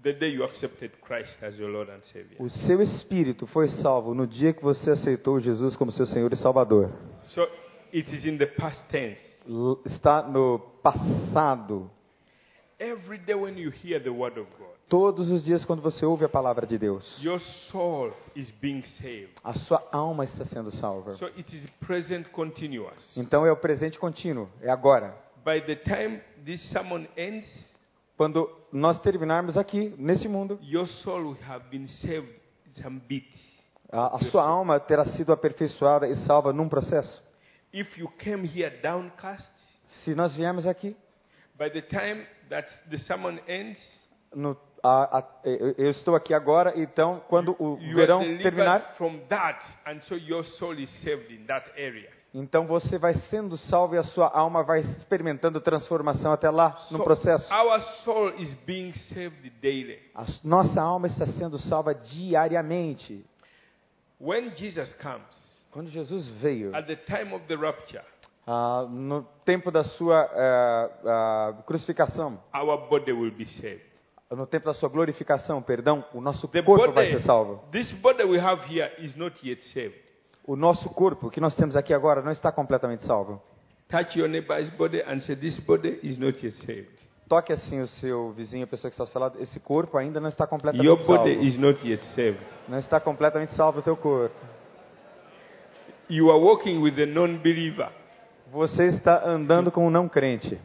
the day you accepted Christ as your Lord and Savior.
O seu espírito foi salvo no dia que você aceitou Jesus como seu Senhor e Salvador.
So it is in the past tense.
L- Está no passado.
Every day when you hear the word of God,
Todos os dias, quando você ouve a palavra de Deus,
Your soul is being saved.
a sua alma está sendo salva.
So it is present continuous.
Então é o presente contínuo, é agora.
By the time this sermon ends,
Quando nós terminarmos aqui, nesse mundo,
your soul will have been saved some bit.
a, a sua alma terá sido aperfeiçoada e salva num processo.
If you came here downcast,
Se nós viermos aqui,
by the time that the sermon ends,
no- a- a- eu eu estou aqui agora, então quando o
you
verão
are delivered
terminar,
from that, and so your soul is saved in that area.
então você vai sendo salvo e a sua alma vai experimentando transformação até lá, no
So
processo.
Our soul is being saved daily.
A s- nossa alma está sendo salva diariamente.
When Jesus comes,
Quando Jesus veio,
at the time of the rapture,
ah, no tempo da sua ah, ah, crucificação,
our body will be saved.
no tempo da sua glorificação, perdão, o nosso
The
corpo
body,
vai ser salvo.
This body we have here is not yet saved.
O nosso corpo que nós temos aqui agora não está completamente salvo.
Touch your neighbor's body and say, This body is not yet saved.
Toque assim o seu vizinho, a pessoa que está ao seu lado, esse corpo ainda não está completamente
Your
salvo.
body is not yet saved.
Não está completamente salvo o teu corpo.
You are walking with a non believer.
Você está andando com um não crente.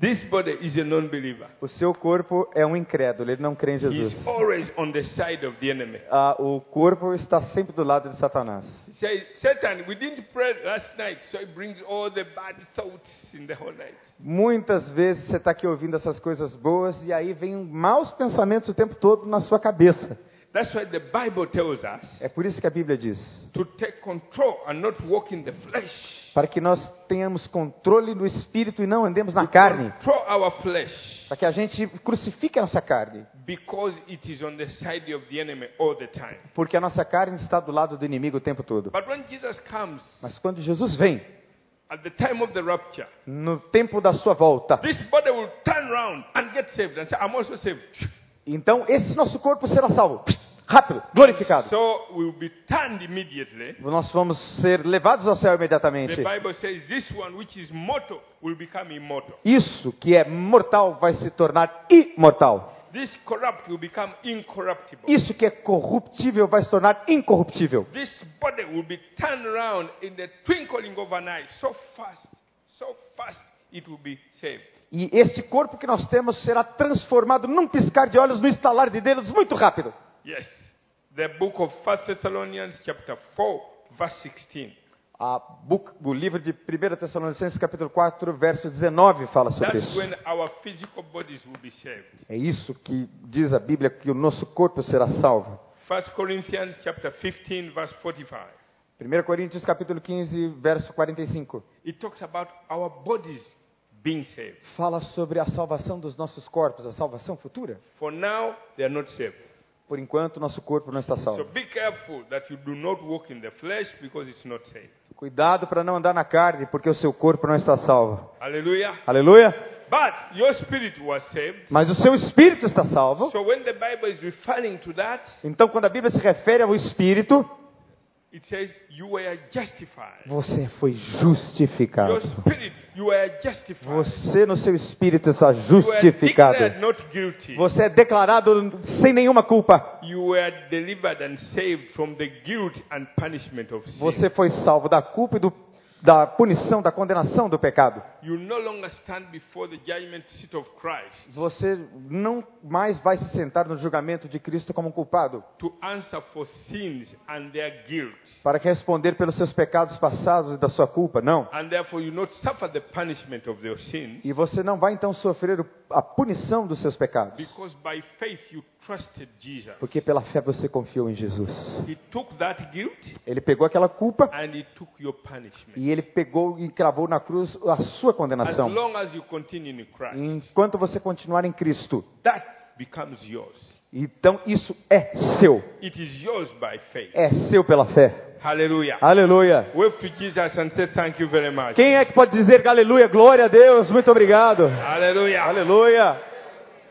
This body is a non believer.
O seu corpo é um incrédulo, ele não crê em
He
Jesus.
is always on the side of the enemy.
Ah, o corpo está sempre do lado de Satanás.
He says, Satan, we didn't pray last night, so he brings all the bad thoughts in the whole night.
Muitas vezes você está aqui ouvindo essas coisas boas e aí vem maus pensamentos o tempo todo na sua cabeça.
That's why the Bible tells us
É por isso que a Bíblia diz:
to take control and not walk in the flesh.
para que nós tenhamos controle do espírito e não andemos na carne,
Control our flesh
para que a gente crucifique a nossa carne,
because it is on the side of the enemy all the time.
porque a nossa carne está do lado do inimigo o tempo todo.
But when Jesus comes
Mas quando Jesus vem,
at the time of the rapture,
no tempo da sua volta,
this body will turn round and get saved and say, I'm also saved.
então esse nosso corpo será salvo, rápido, glorificado.
So we'll be turned immediately.
Nós vamos ser levados ao céu imediatamente.
The Bible says this one, which is mortal, will become immortal.
Isso que é mortal vai se tornar imortal.
This corrupt will become incorruptible.
Isso que é corruptível vai se tornar incorruptível.
This body will be turned around in the twinkling of an eye. So fast, so fast it will be saved.
E este corpo que nós temos será transformado num piscar de olhos, num estalar de dedos, muito rápido.
Yes. The book of 1 Thessalonians chapter 4, verse 16.
A book- o livro de 1 Tessalonicenses, capítulo 4, verso 19, fala sobre
That's
isso.
when our physical bodies will be saved.
É isso que diz a Bíblia, que o nosso corpo será salvo.
1 Corinthians chapter 15, verse 45.
1 Coríntios, capítulo 15, verso 45.
It talks about our bodies being saved.
Fala sobre a salvação dos nossos corpos, a salvação futura.
For now, they are not saved.
Por enquanto, nosso corpo não está
So
salvo.
be careful that you do not walk in the flesh because it's not saved.
Cuidado para não andar na carne, porque o seu corpo não está salvo.
Hallelujah.
Aleluia!
But your spirit was saved.
Mas o seu espírito está salvo.
So when the Bible is referring to that,
Então, quando a Bíblia se refere ao espírito,
it says you were justified.
você foi
Your
justificado.
spirit, you were justified.
Você, no seu espírito, está
You were declared
justificado.
not guilty.
Você é declarado sem nenhuma culpa.
You were delivered and saved from the guilt and punishment of sin.
Você foi salvo da culpa e do, da punição, da condenação do pecado.
You no longer stand before the judgment seat of Christ
Você não mais vai se sentar no julgamento de Cristo como um culpado
to answer for sins and their guilt.
para responder pelos seus pecados passados e da sua culpa. Não.
And therefore, you not suffer the punishment of your sins
E você não vai então sofrer o- a punição dos seus pecados,
because by faith you trusted Jesus.
porque pela fé você confiou em Jesus.
He took that guilt
Ele pegou aquela culpa
and he took your punishment.
e ele pegou e cravou na cruz a sua
As
condenação.
long as you continue in Christ,
Enquanto você continuar em Cristo,
that becomes yours.
então isso é seu,
It is yours by faith.
é seu pela fé.
Hallelujah.
Aleluia.
Wave to Jesus and say thank you very much.
Quem é que pode dizer aleluia, glória a Deus, muito obrigado.
Hallelujah.
Aleluia.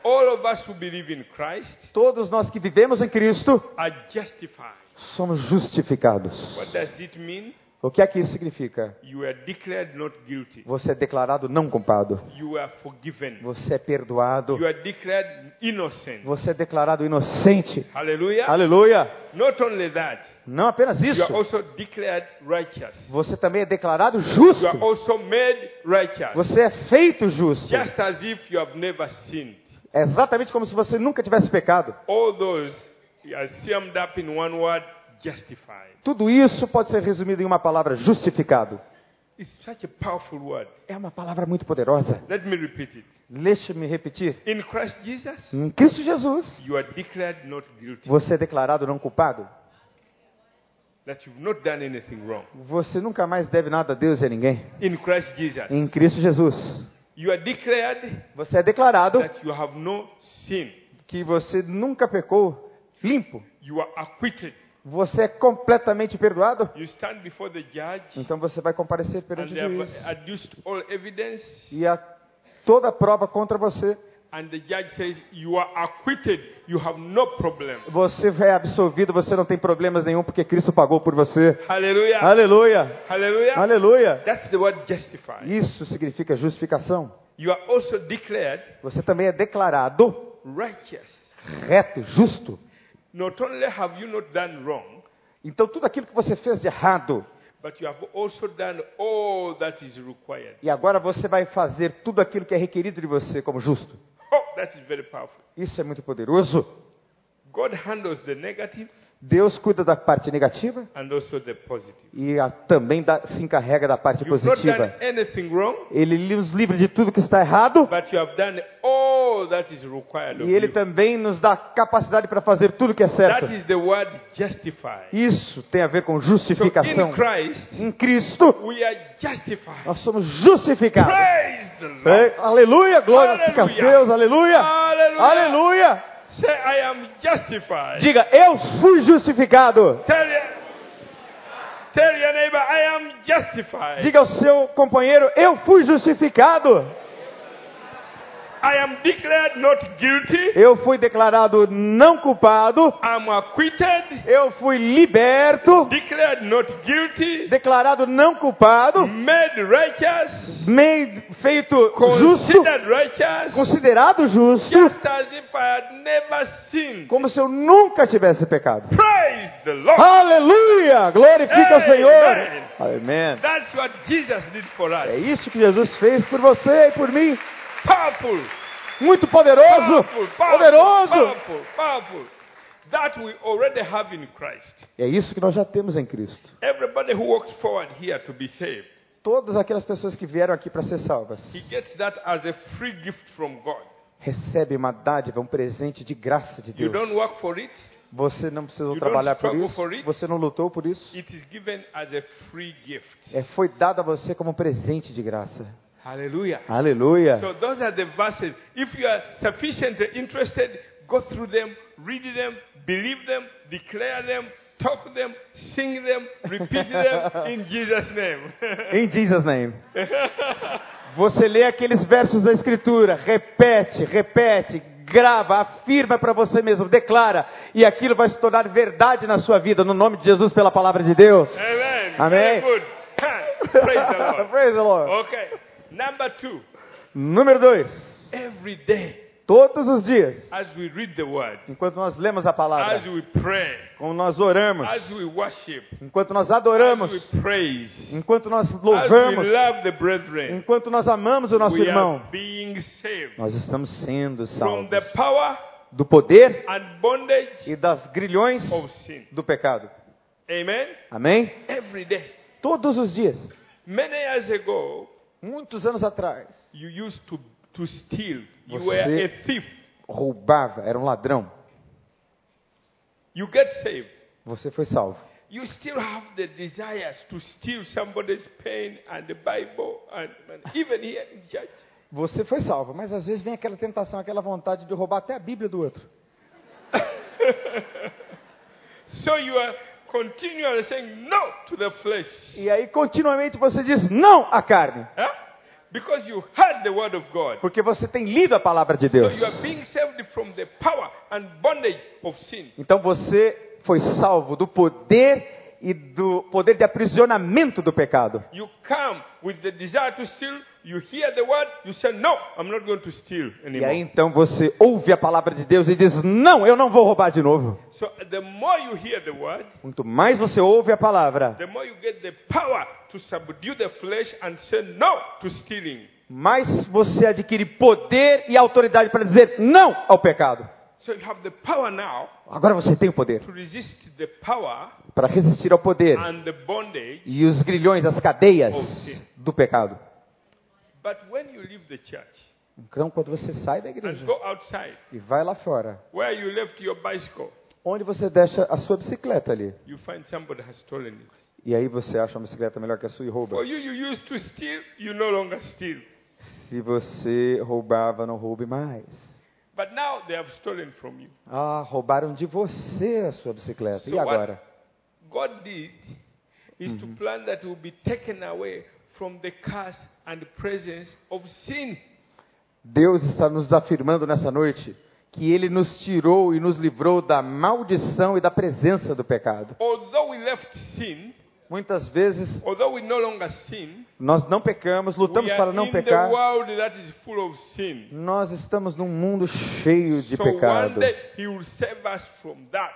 All of us who believe in Christ
Todos nós que vivemos em Cristo
are justified.
somos justificados.
What does it mean?
O que é que isso significa?
You are declared not guilty.
Você é declarado não culpado.
You are forgiven.
Você é perdoado.
You are declared innocent.
Você é declarado inocente.
Hallelujah.
Aleluia.
Not only that,
Não apenas
you
isso.
are also declared righteous.
Você também é declarado
You are
justo.
also made righteous.
Você é feito justo.
Just as if you have never sinned.
É exatamente como se você nunca tivesse pecado.
All those are summed up in one word justified.
Tudo isso pode ser resumido em uma palavra: justificado.
It's such a powerful word.
É uma palavra muito poderosa.
Let me repeat it.
Deixe-me repetir.
In Christ Jesus,
Em Hum, Cristo Jesus,
you are declared not guilty,
você é declarado não culpado.
that you've not done anything wrong.
Você nunca mais deve nada a Deus e a ninguém.
In Christ Jesus,
Em Cristo Jesus,
you are declared
você é declarado
that you have no sin.
que você nunca pecou limpo.
You are acquitted.
Você é completamente perdoado.
You stand before the judge,
Então você vai comparecer perante
and they have
Jesus.
adduced all evidence,
E a toda a prova contra você,
and the judge says, You are acquitted. You have no problem.
você é absolvido, você não tem problemas nenhum porque Cristo pagou por você.
Hallelujah.
Aleluia!
Hallelujah.
Aleluia!
That's the word justified.
Isso significa justificação.
You are also declared
Você também é declarado
righteous.
reto, justo.
Not only have you not done wrong,
Então tudo aquilo que você fez de errado,
but you have also done all that is required.
E agora você vai fazer tudo aquilo que é requerido de você como justo.
Oh, that is very powerful.
Isso é muito poderoso.
God handles the negative
Deus cuida da parte negativa
and also the positive.
e a- também da- se encarrega da parte
You've not done
positiva.
anything wrong,
Ele li- nos livra de tudo que está errado
but you have done all that is required of
e ele
you.
também nos dá capacidade para fazer tudo que é certo.
That is the word justify.
Isso tem a ver com
So in
justificação.
Christ,
Em Cristo,
we are justified.
nós somos justificados.
Praise the Lord.
É, aleluia, glória fica a
Aleluia.
Deus, aleluia,
Hallelujah.
aleluia.
Say, I am justified.
Diga, eu fui justificado.
Tell your, tell your neighbor, I am justified.
Diga ao seu companheiro, eu fui justificado.
I am declared not guilty.
Eu fui declarado não culpado.
I'm acquitted.
Eu fui liberto.
Declared not guilty.
Declarado não culpado.
Made righteous.
mei- Feito justo.
Considered righteous.
Considerado justo.
Just as if I had never sinned.
Como se eu nunca tivesse pecado.
Praise the Lord.
Aleluia! Glorifica o
Amen.
Senhor. Amém.
That's what Jesus did for
É
us.
isso que Jesus fez por você e por mim.
Powerful.
Muito poderoso.
Powerful. Powerful.
Poderoso.
Powerful. Powerful. That we already have in Christ.
É isso que nós já temos em Cristo.
Everybody who walks forward here to be saved.
todas aquelas pessoas que vieram aqui para ser salvas
He gets that as a free gift from God.
recebem uma dádiva, um presente de graça de
You don't
Deus.
work for it,
Você não precisou
you
trabalhar
don't
por
struggle
isso,
for it.
você não lutou por isso.
it is given as a free gift.
É, foi dado a você como um presente de graça.
Hallelujah.
Aleluia!
So those are the verses. If you are sufficiently interested, go through them, read them, believe them, declare them, talk them, sing them, repeat them in Jesus' name. [laughs]
Em Jesus name. Você lê aqueles versos da Escritura, repete, repete, grava, afirma para você mesmo, declara, e aquilo vai se tornar verdade na sua vida, no nome de Jesus, pela palavra de Deus.
Amen. Very
Amém.
good. Ha. Praise the Lord.
[laughs] Praise the Lord.
Okay. Number two.
Número dois.
Every day,
Todos os dias,
as we read the word,
enquanto nós lemos a palavra,
as we pray,
como nós oramos,
as we worship,
enquanto nós
as
adoramos,
we praise,
enquanto nós
as we
louvamos,
love the brethren,
enquanto nós amamos o nosso
we
irmão,
are being saved
nós estamos sendo
from the
salvos
power
do poder
and bondage
e das grilhões
of sin.
do pecado.
Amen.
Amém?
Every day.
Todos os dias,
Many years ago,
muitos anos atrás,
you used to to steal. You
Você-
were a thief.
roubava, era um ladrão.
You get saved.
Você foi salvo.
You still have the desires to steal somebody's pain and the Bible and, and even here in church.
Você foi salvo, mas às vezes vem aquela tentação, aquela vontade de roubar até a Bíblia do outro.
So you are continually saying no to the flesh.
E aí continuamente você diz não à carne,
Huh? Because you heard the word of God.
porque você tem lido a palavra de
So
Deus.
you are being saved from the power and bondage of sin.
Então você foi salvo do poder e do poder de aprisionamento do pecado.
You come with the desire to steal. You hear the word. You say, No, I'm not going to steal
E aí
anymore.
então você ouve a palavra de Deus e diz: Não, eu não vou roubar de novo.
So the more you hear the word,
Quanto mais você ouve a palavra,
the more you get the power to subdue the flesh and say no to stealing.
mais você adquire poder e autoridade para dizer não ao pecado.
So you have the power now
Agora você tem o poder
to resist the power
para resistir ao poder
and the bondage.
e os grilhões, as cadeias do pecado.
But when you leave the church
Então, quando você sai da
and
igreja
go outside,
e vai lá fora,
where you left your bicycle,
onde você deixa a sua bicicleta ali?
you find somebody has stolen it.
E aí você acha uma bicicleta melhor que a sua e rouba.
For you, you used to steal, you no longer steal.
Se você roubava, não roube mais.
But now they have stolen from you.
Ah, roubaram de você a sua bicicleta.
So
E agora?
God did is
Mm-hmm.
to plan that will be taken away from the curse and presence of sin.
Deus está nos afirmando nessa noite que Ele nos tirou e nos livrou da maldição e da presença do pecado.
Although we left sin,
Muitas vezes
although we no longer sin,
nós não pecamos,
we
lutamos
are
para
in
não
the
pecar.
world that is full of sin.
Nós estamos num mundo cheio de
so one
pecado.
day He will save us from that.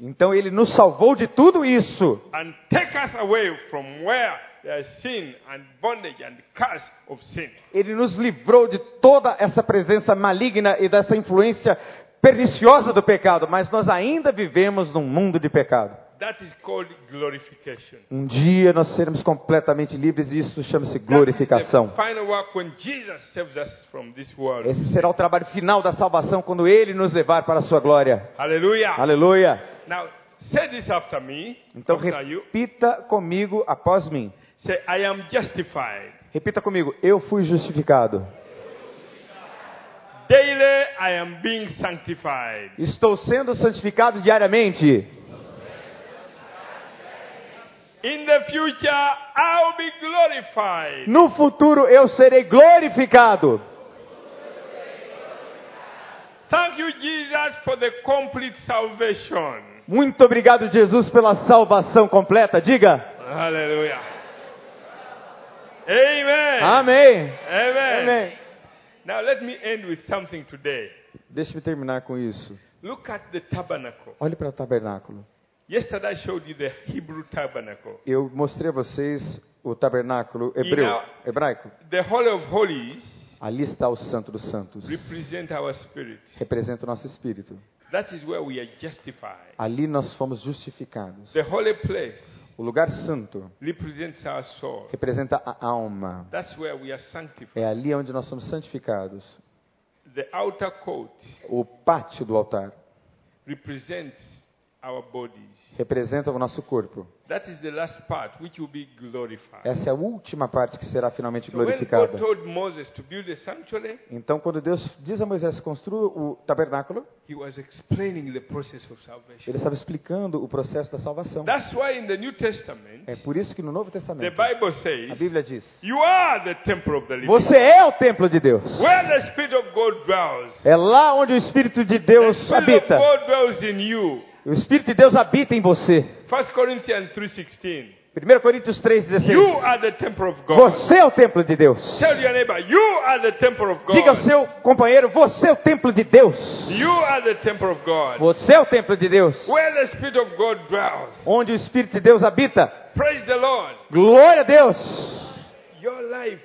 Então ele nos salvou de tudo isso
and take us away from where there is sin and bondage and curse of sin.
Ele nos livrou de toda essa presença maligna e dessa influência perniciosa do pecado, mas nós ainda vivemos num mundo de pecado.
That is called glorification.
Um dia nós seremos completamente livres e isso chama-se
That is
glorificação.
the final work when Jesus saves us from this world.
Esse será o trabalho final da salvação quando ele nos levar para a sua glória.
Hallelujah.
Aleluia!
Now, say this after me.
Então
after you.
repita comigo após mim.
Say, I am justified.
Repita comigo, eu fui justificado.
Daily I am being sanctified.
Estou sendo santificado diariamente.
In the future, I'll be glorified.
No futuro eu serei glorificado.
Thank you, Jesus, for the complete salvation.
Muito obrigado, Jesus, pela salvação completa. Diga
Hallelujah. Amen.
amém.
Amen.
Amém.
Now let me end with something today.
Deixa eu terminar com isso.
Look at the tabernacle.
Olhe para o tabernáculo.
Yesterday I showed you the Hebrew tabernacle.
Eu mostrei a vocês o tabernáculo
E
hebreu,
na-
hebraico.
The Holy of Holies
Ali está o Santo dos Santos.
represent our spirit.
Representa o nosso espírito.
That is where we are justified.
Ali nós fomos justificados.
The holy place
O lugar santo
represents our soul.
representa a alma.
That's where we are sanctified.
É ali onde nós somos santificados.
The outer coat
O pátio do altar
represents our bodies.
representa o nosso corpo.
That is the last part which will be glorified.
Essa é a última parte que será finalmente
So when God
glorificada.
told Moses to build a sanctuary,
Então, quando Deus diz a Moisés construa o tabernáculo,
he was explaining the process of salvation.
ele estava explicando o processo da salvação.
That's why in the New Testament,
É por isso que no Novo
the
Testamento
Bible
a
says,
Bíblia diz:
You are the temple of the living.
Você é o templo de Deus.
Where the Spirit of God dwells,
É lá onde o Espírito de
the
Deus
Spirit of
habita.
God dwells in you.
O Espírito de Deus habita em você.
1 Corinthians 3.16.
1 Coríntios
You
3,16.
are the temple of God.
Você é o templo de Deus.
Tell your neighbor, you are the temple of
Diga ao
God.
seu companheiro: Você é o templo de Deus.
You are the temple of God.
Você é o templo de Deus.
Where the Spirit of God dwells.
Onde o Espírito de Deus habita.
Praise the Lord.
Glória a Deus.
Your life,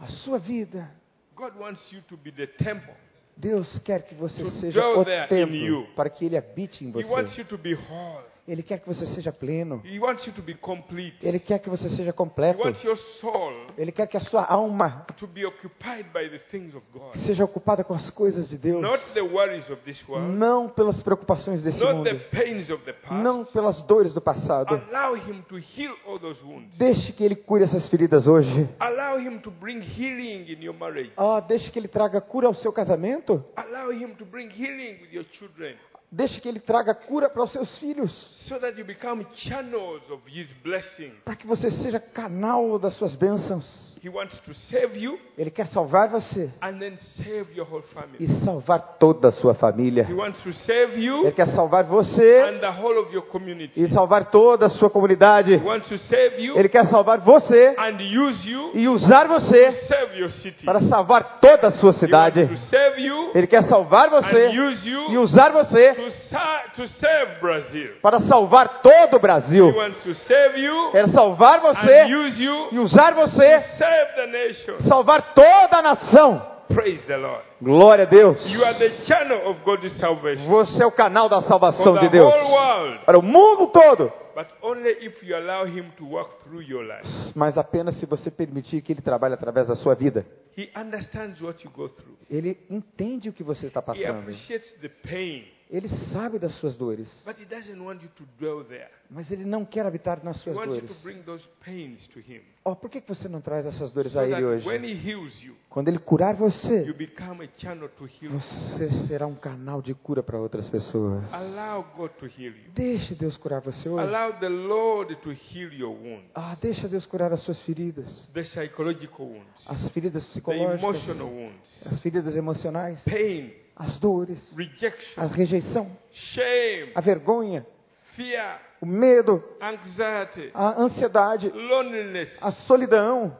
A sua vida.
God wants you to be the temple.
Deus quer que você
To
seja
dwell
o
there in you.
templo para que ele habite em
He wants
você.
you to be whole.
Ele quer que você seja pleno.
He wants you to be complete.
Ele quer que você seja
He
completo.
wants your soul
Ele quer que a sua alma
to be occupied by the things of God.
seja ocupada com as coisas de Deus,
Not the worries of this world.
não pelas preocupações desse
Not the
mundo,
pains of the past.
não pelas dores do passado.
Allow him to heal all those wounds.
Deixe que ele cure essas feridas hoje.
Allow him to bring healing in your marriage.
Ah, deixe que ele traga cura ao seu casamento.
Allow him to bring healing with your children
Deixe que ele traga cura para os seus filhos,
so that you become channels of his blessing.
para que você seja canal das suas bênçãos.
He wants to save you
Ele quer salvar você
and then save your whole
e
family.
salvar toda a sua família.
He wants to save
Ele
you
quer salvar você
and the whole of your community.
e salvar toda a sua comunidade.
He wants to save you
Ele quer salvar você
and use you
e
to
usar você
save your city.
para salvar toda a sua
He wants
cidade.
to save you
Ele quer salvar
and
você
use
e
you
usar você
to, sa- to save Brazil.
para salvar todo o Brasil.
He wants to save you
Quer salvar
and
você
use
e
you
usar
to
você,
save the nation.
salvar toda a nação.
Praise the Lord.
Glória a Deus.
You are the channel of God's salvation
Você é o canal da
for
salvação de
the
Deus
whole world.
para o mundo todo,
But only if you allow Him to work through your life.
mas apenas se você permitir que ele trabalhe através da sua vida.
He understands what you go through.
Ele entende o que você está
He
passando.
appreciates the pain,
Ele sabe das suas dores,
but He doesn't want you to dwell there.
mas ele não quer habitar nas
He
suas
wants you
dores.
to bring those pains to Him.
Ó, por que que você não traz essas dores
So
a ele
that
hoje?
when He heals you,
Quando ele curar
you
você,
become a channel to heal.
você será um canal de cura para outras pessoas.
Allow God to heal you.
Deixe Deus curar você hoje.
Allow the Lord to heal your wound,
Ah, deixa Deus curar as suas feridas,
the psychological wounds,
as feridas
the emotional
psicológicas,
wounds,
as feridas emocionais,
pain,
as dores, a
rejection,
rejeição,
shame,
a vergonha,
fear,
o medo,
anxiety,
a ansiedade,
loneliness,
a solidão,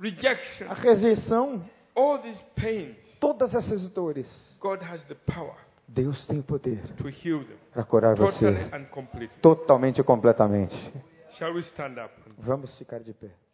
rejection,
a rejeição,
all these pains.
todas essas dores.
God has the power
Deus tem o poder
to heal them
para curar
totally
você
and completely.
totalmente e completamente.
Shall we stand up?
Vamos ficar de pé.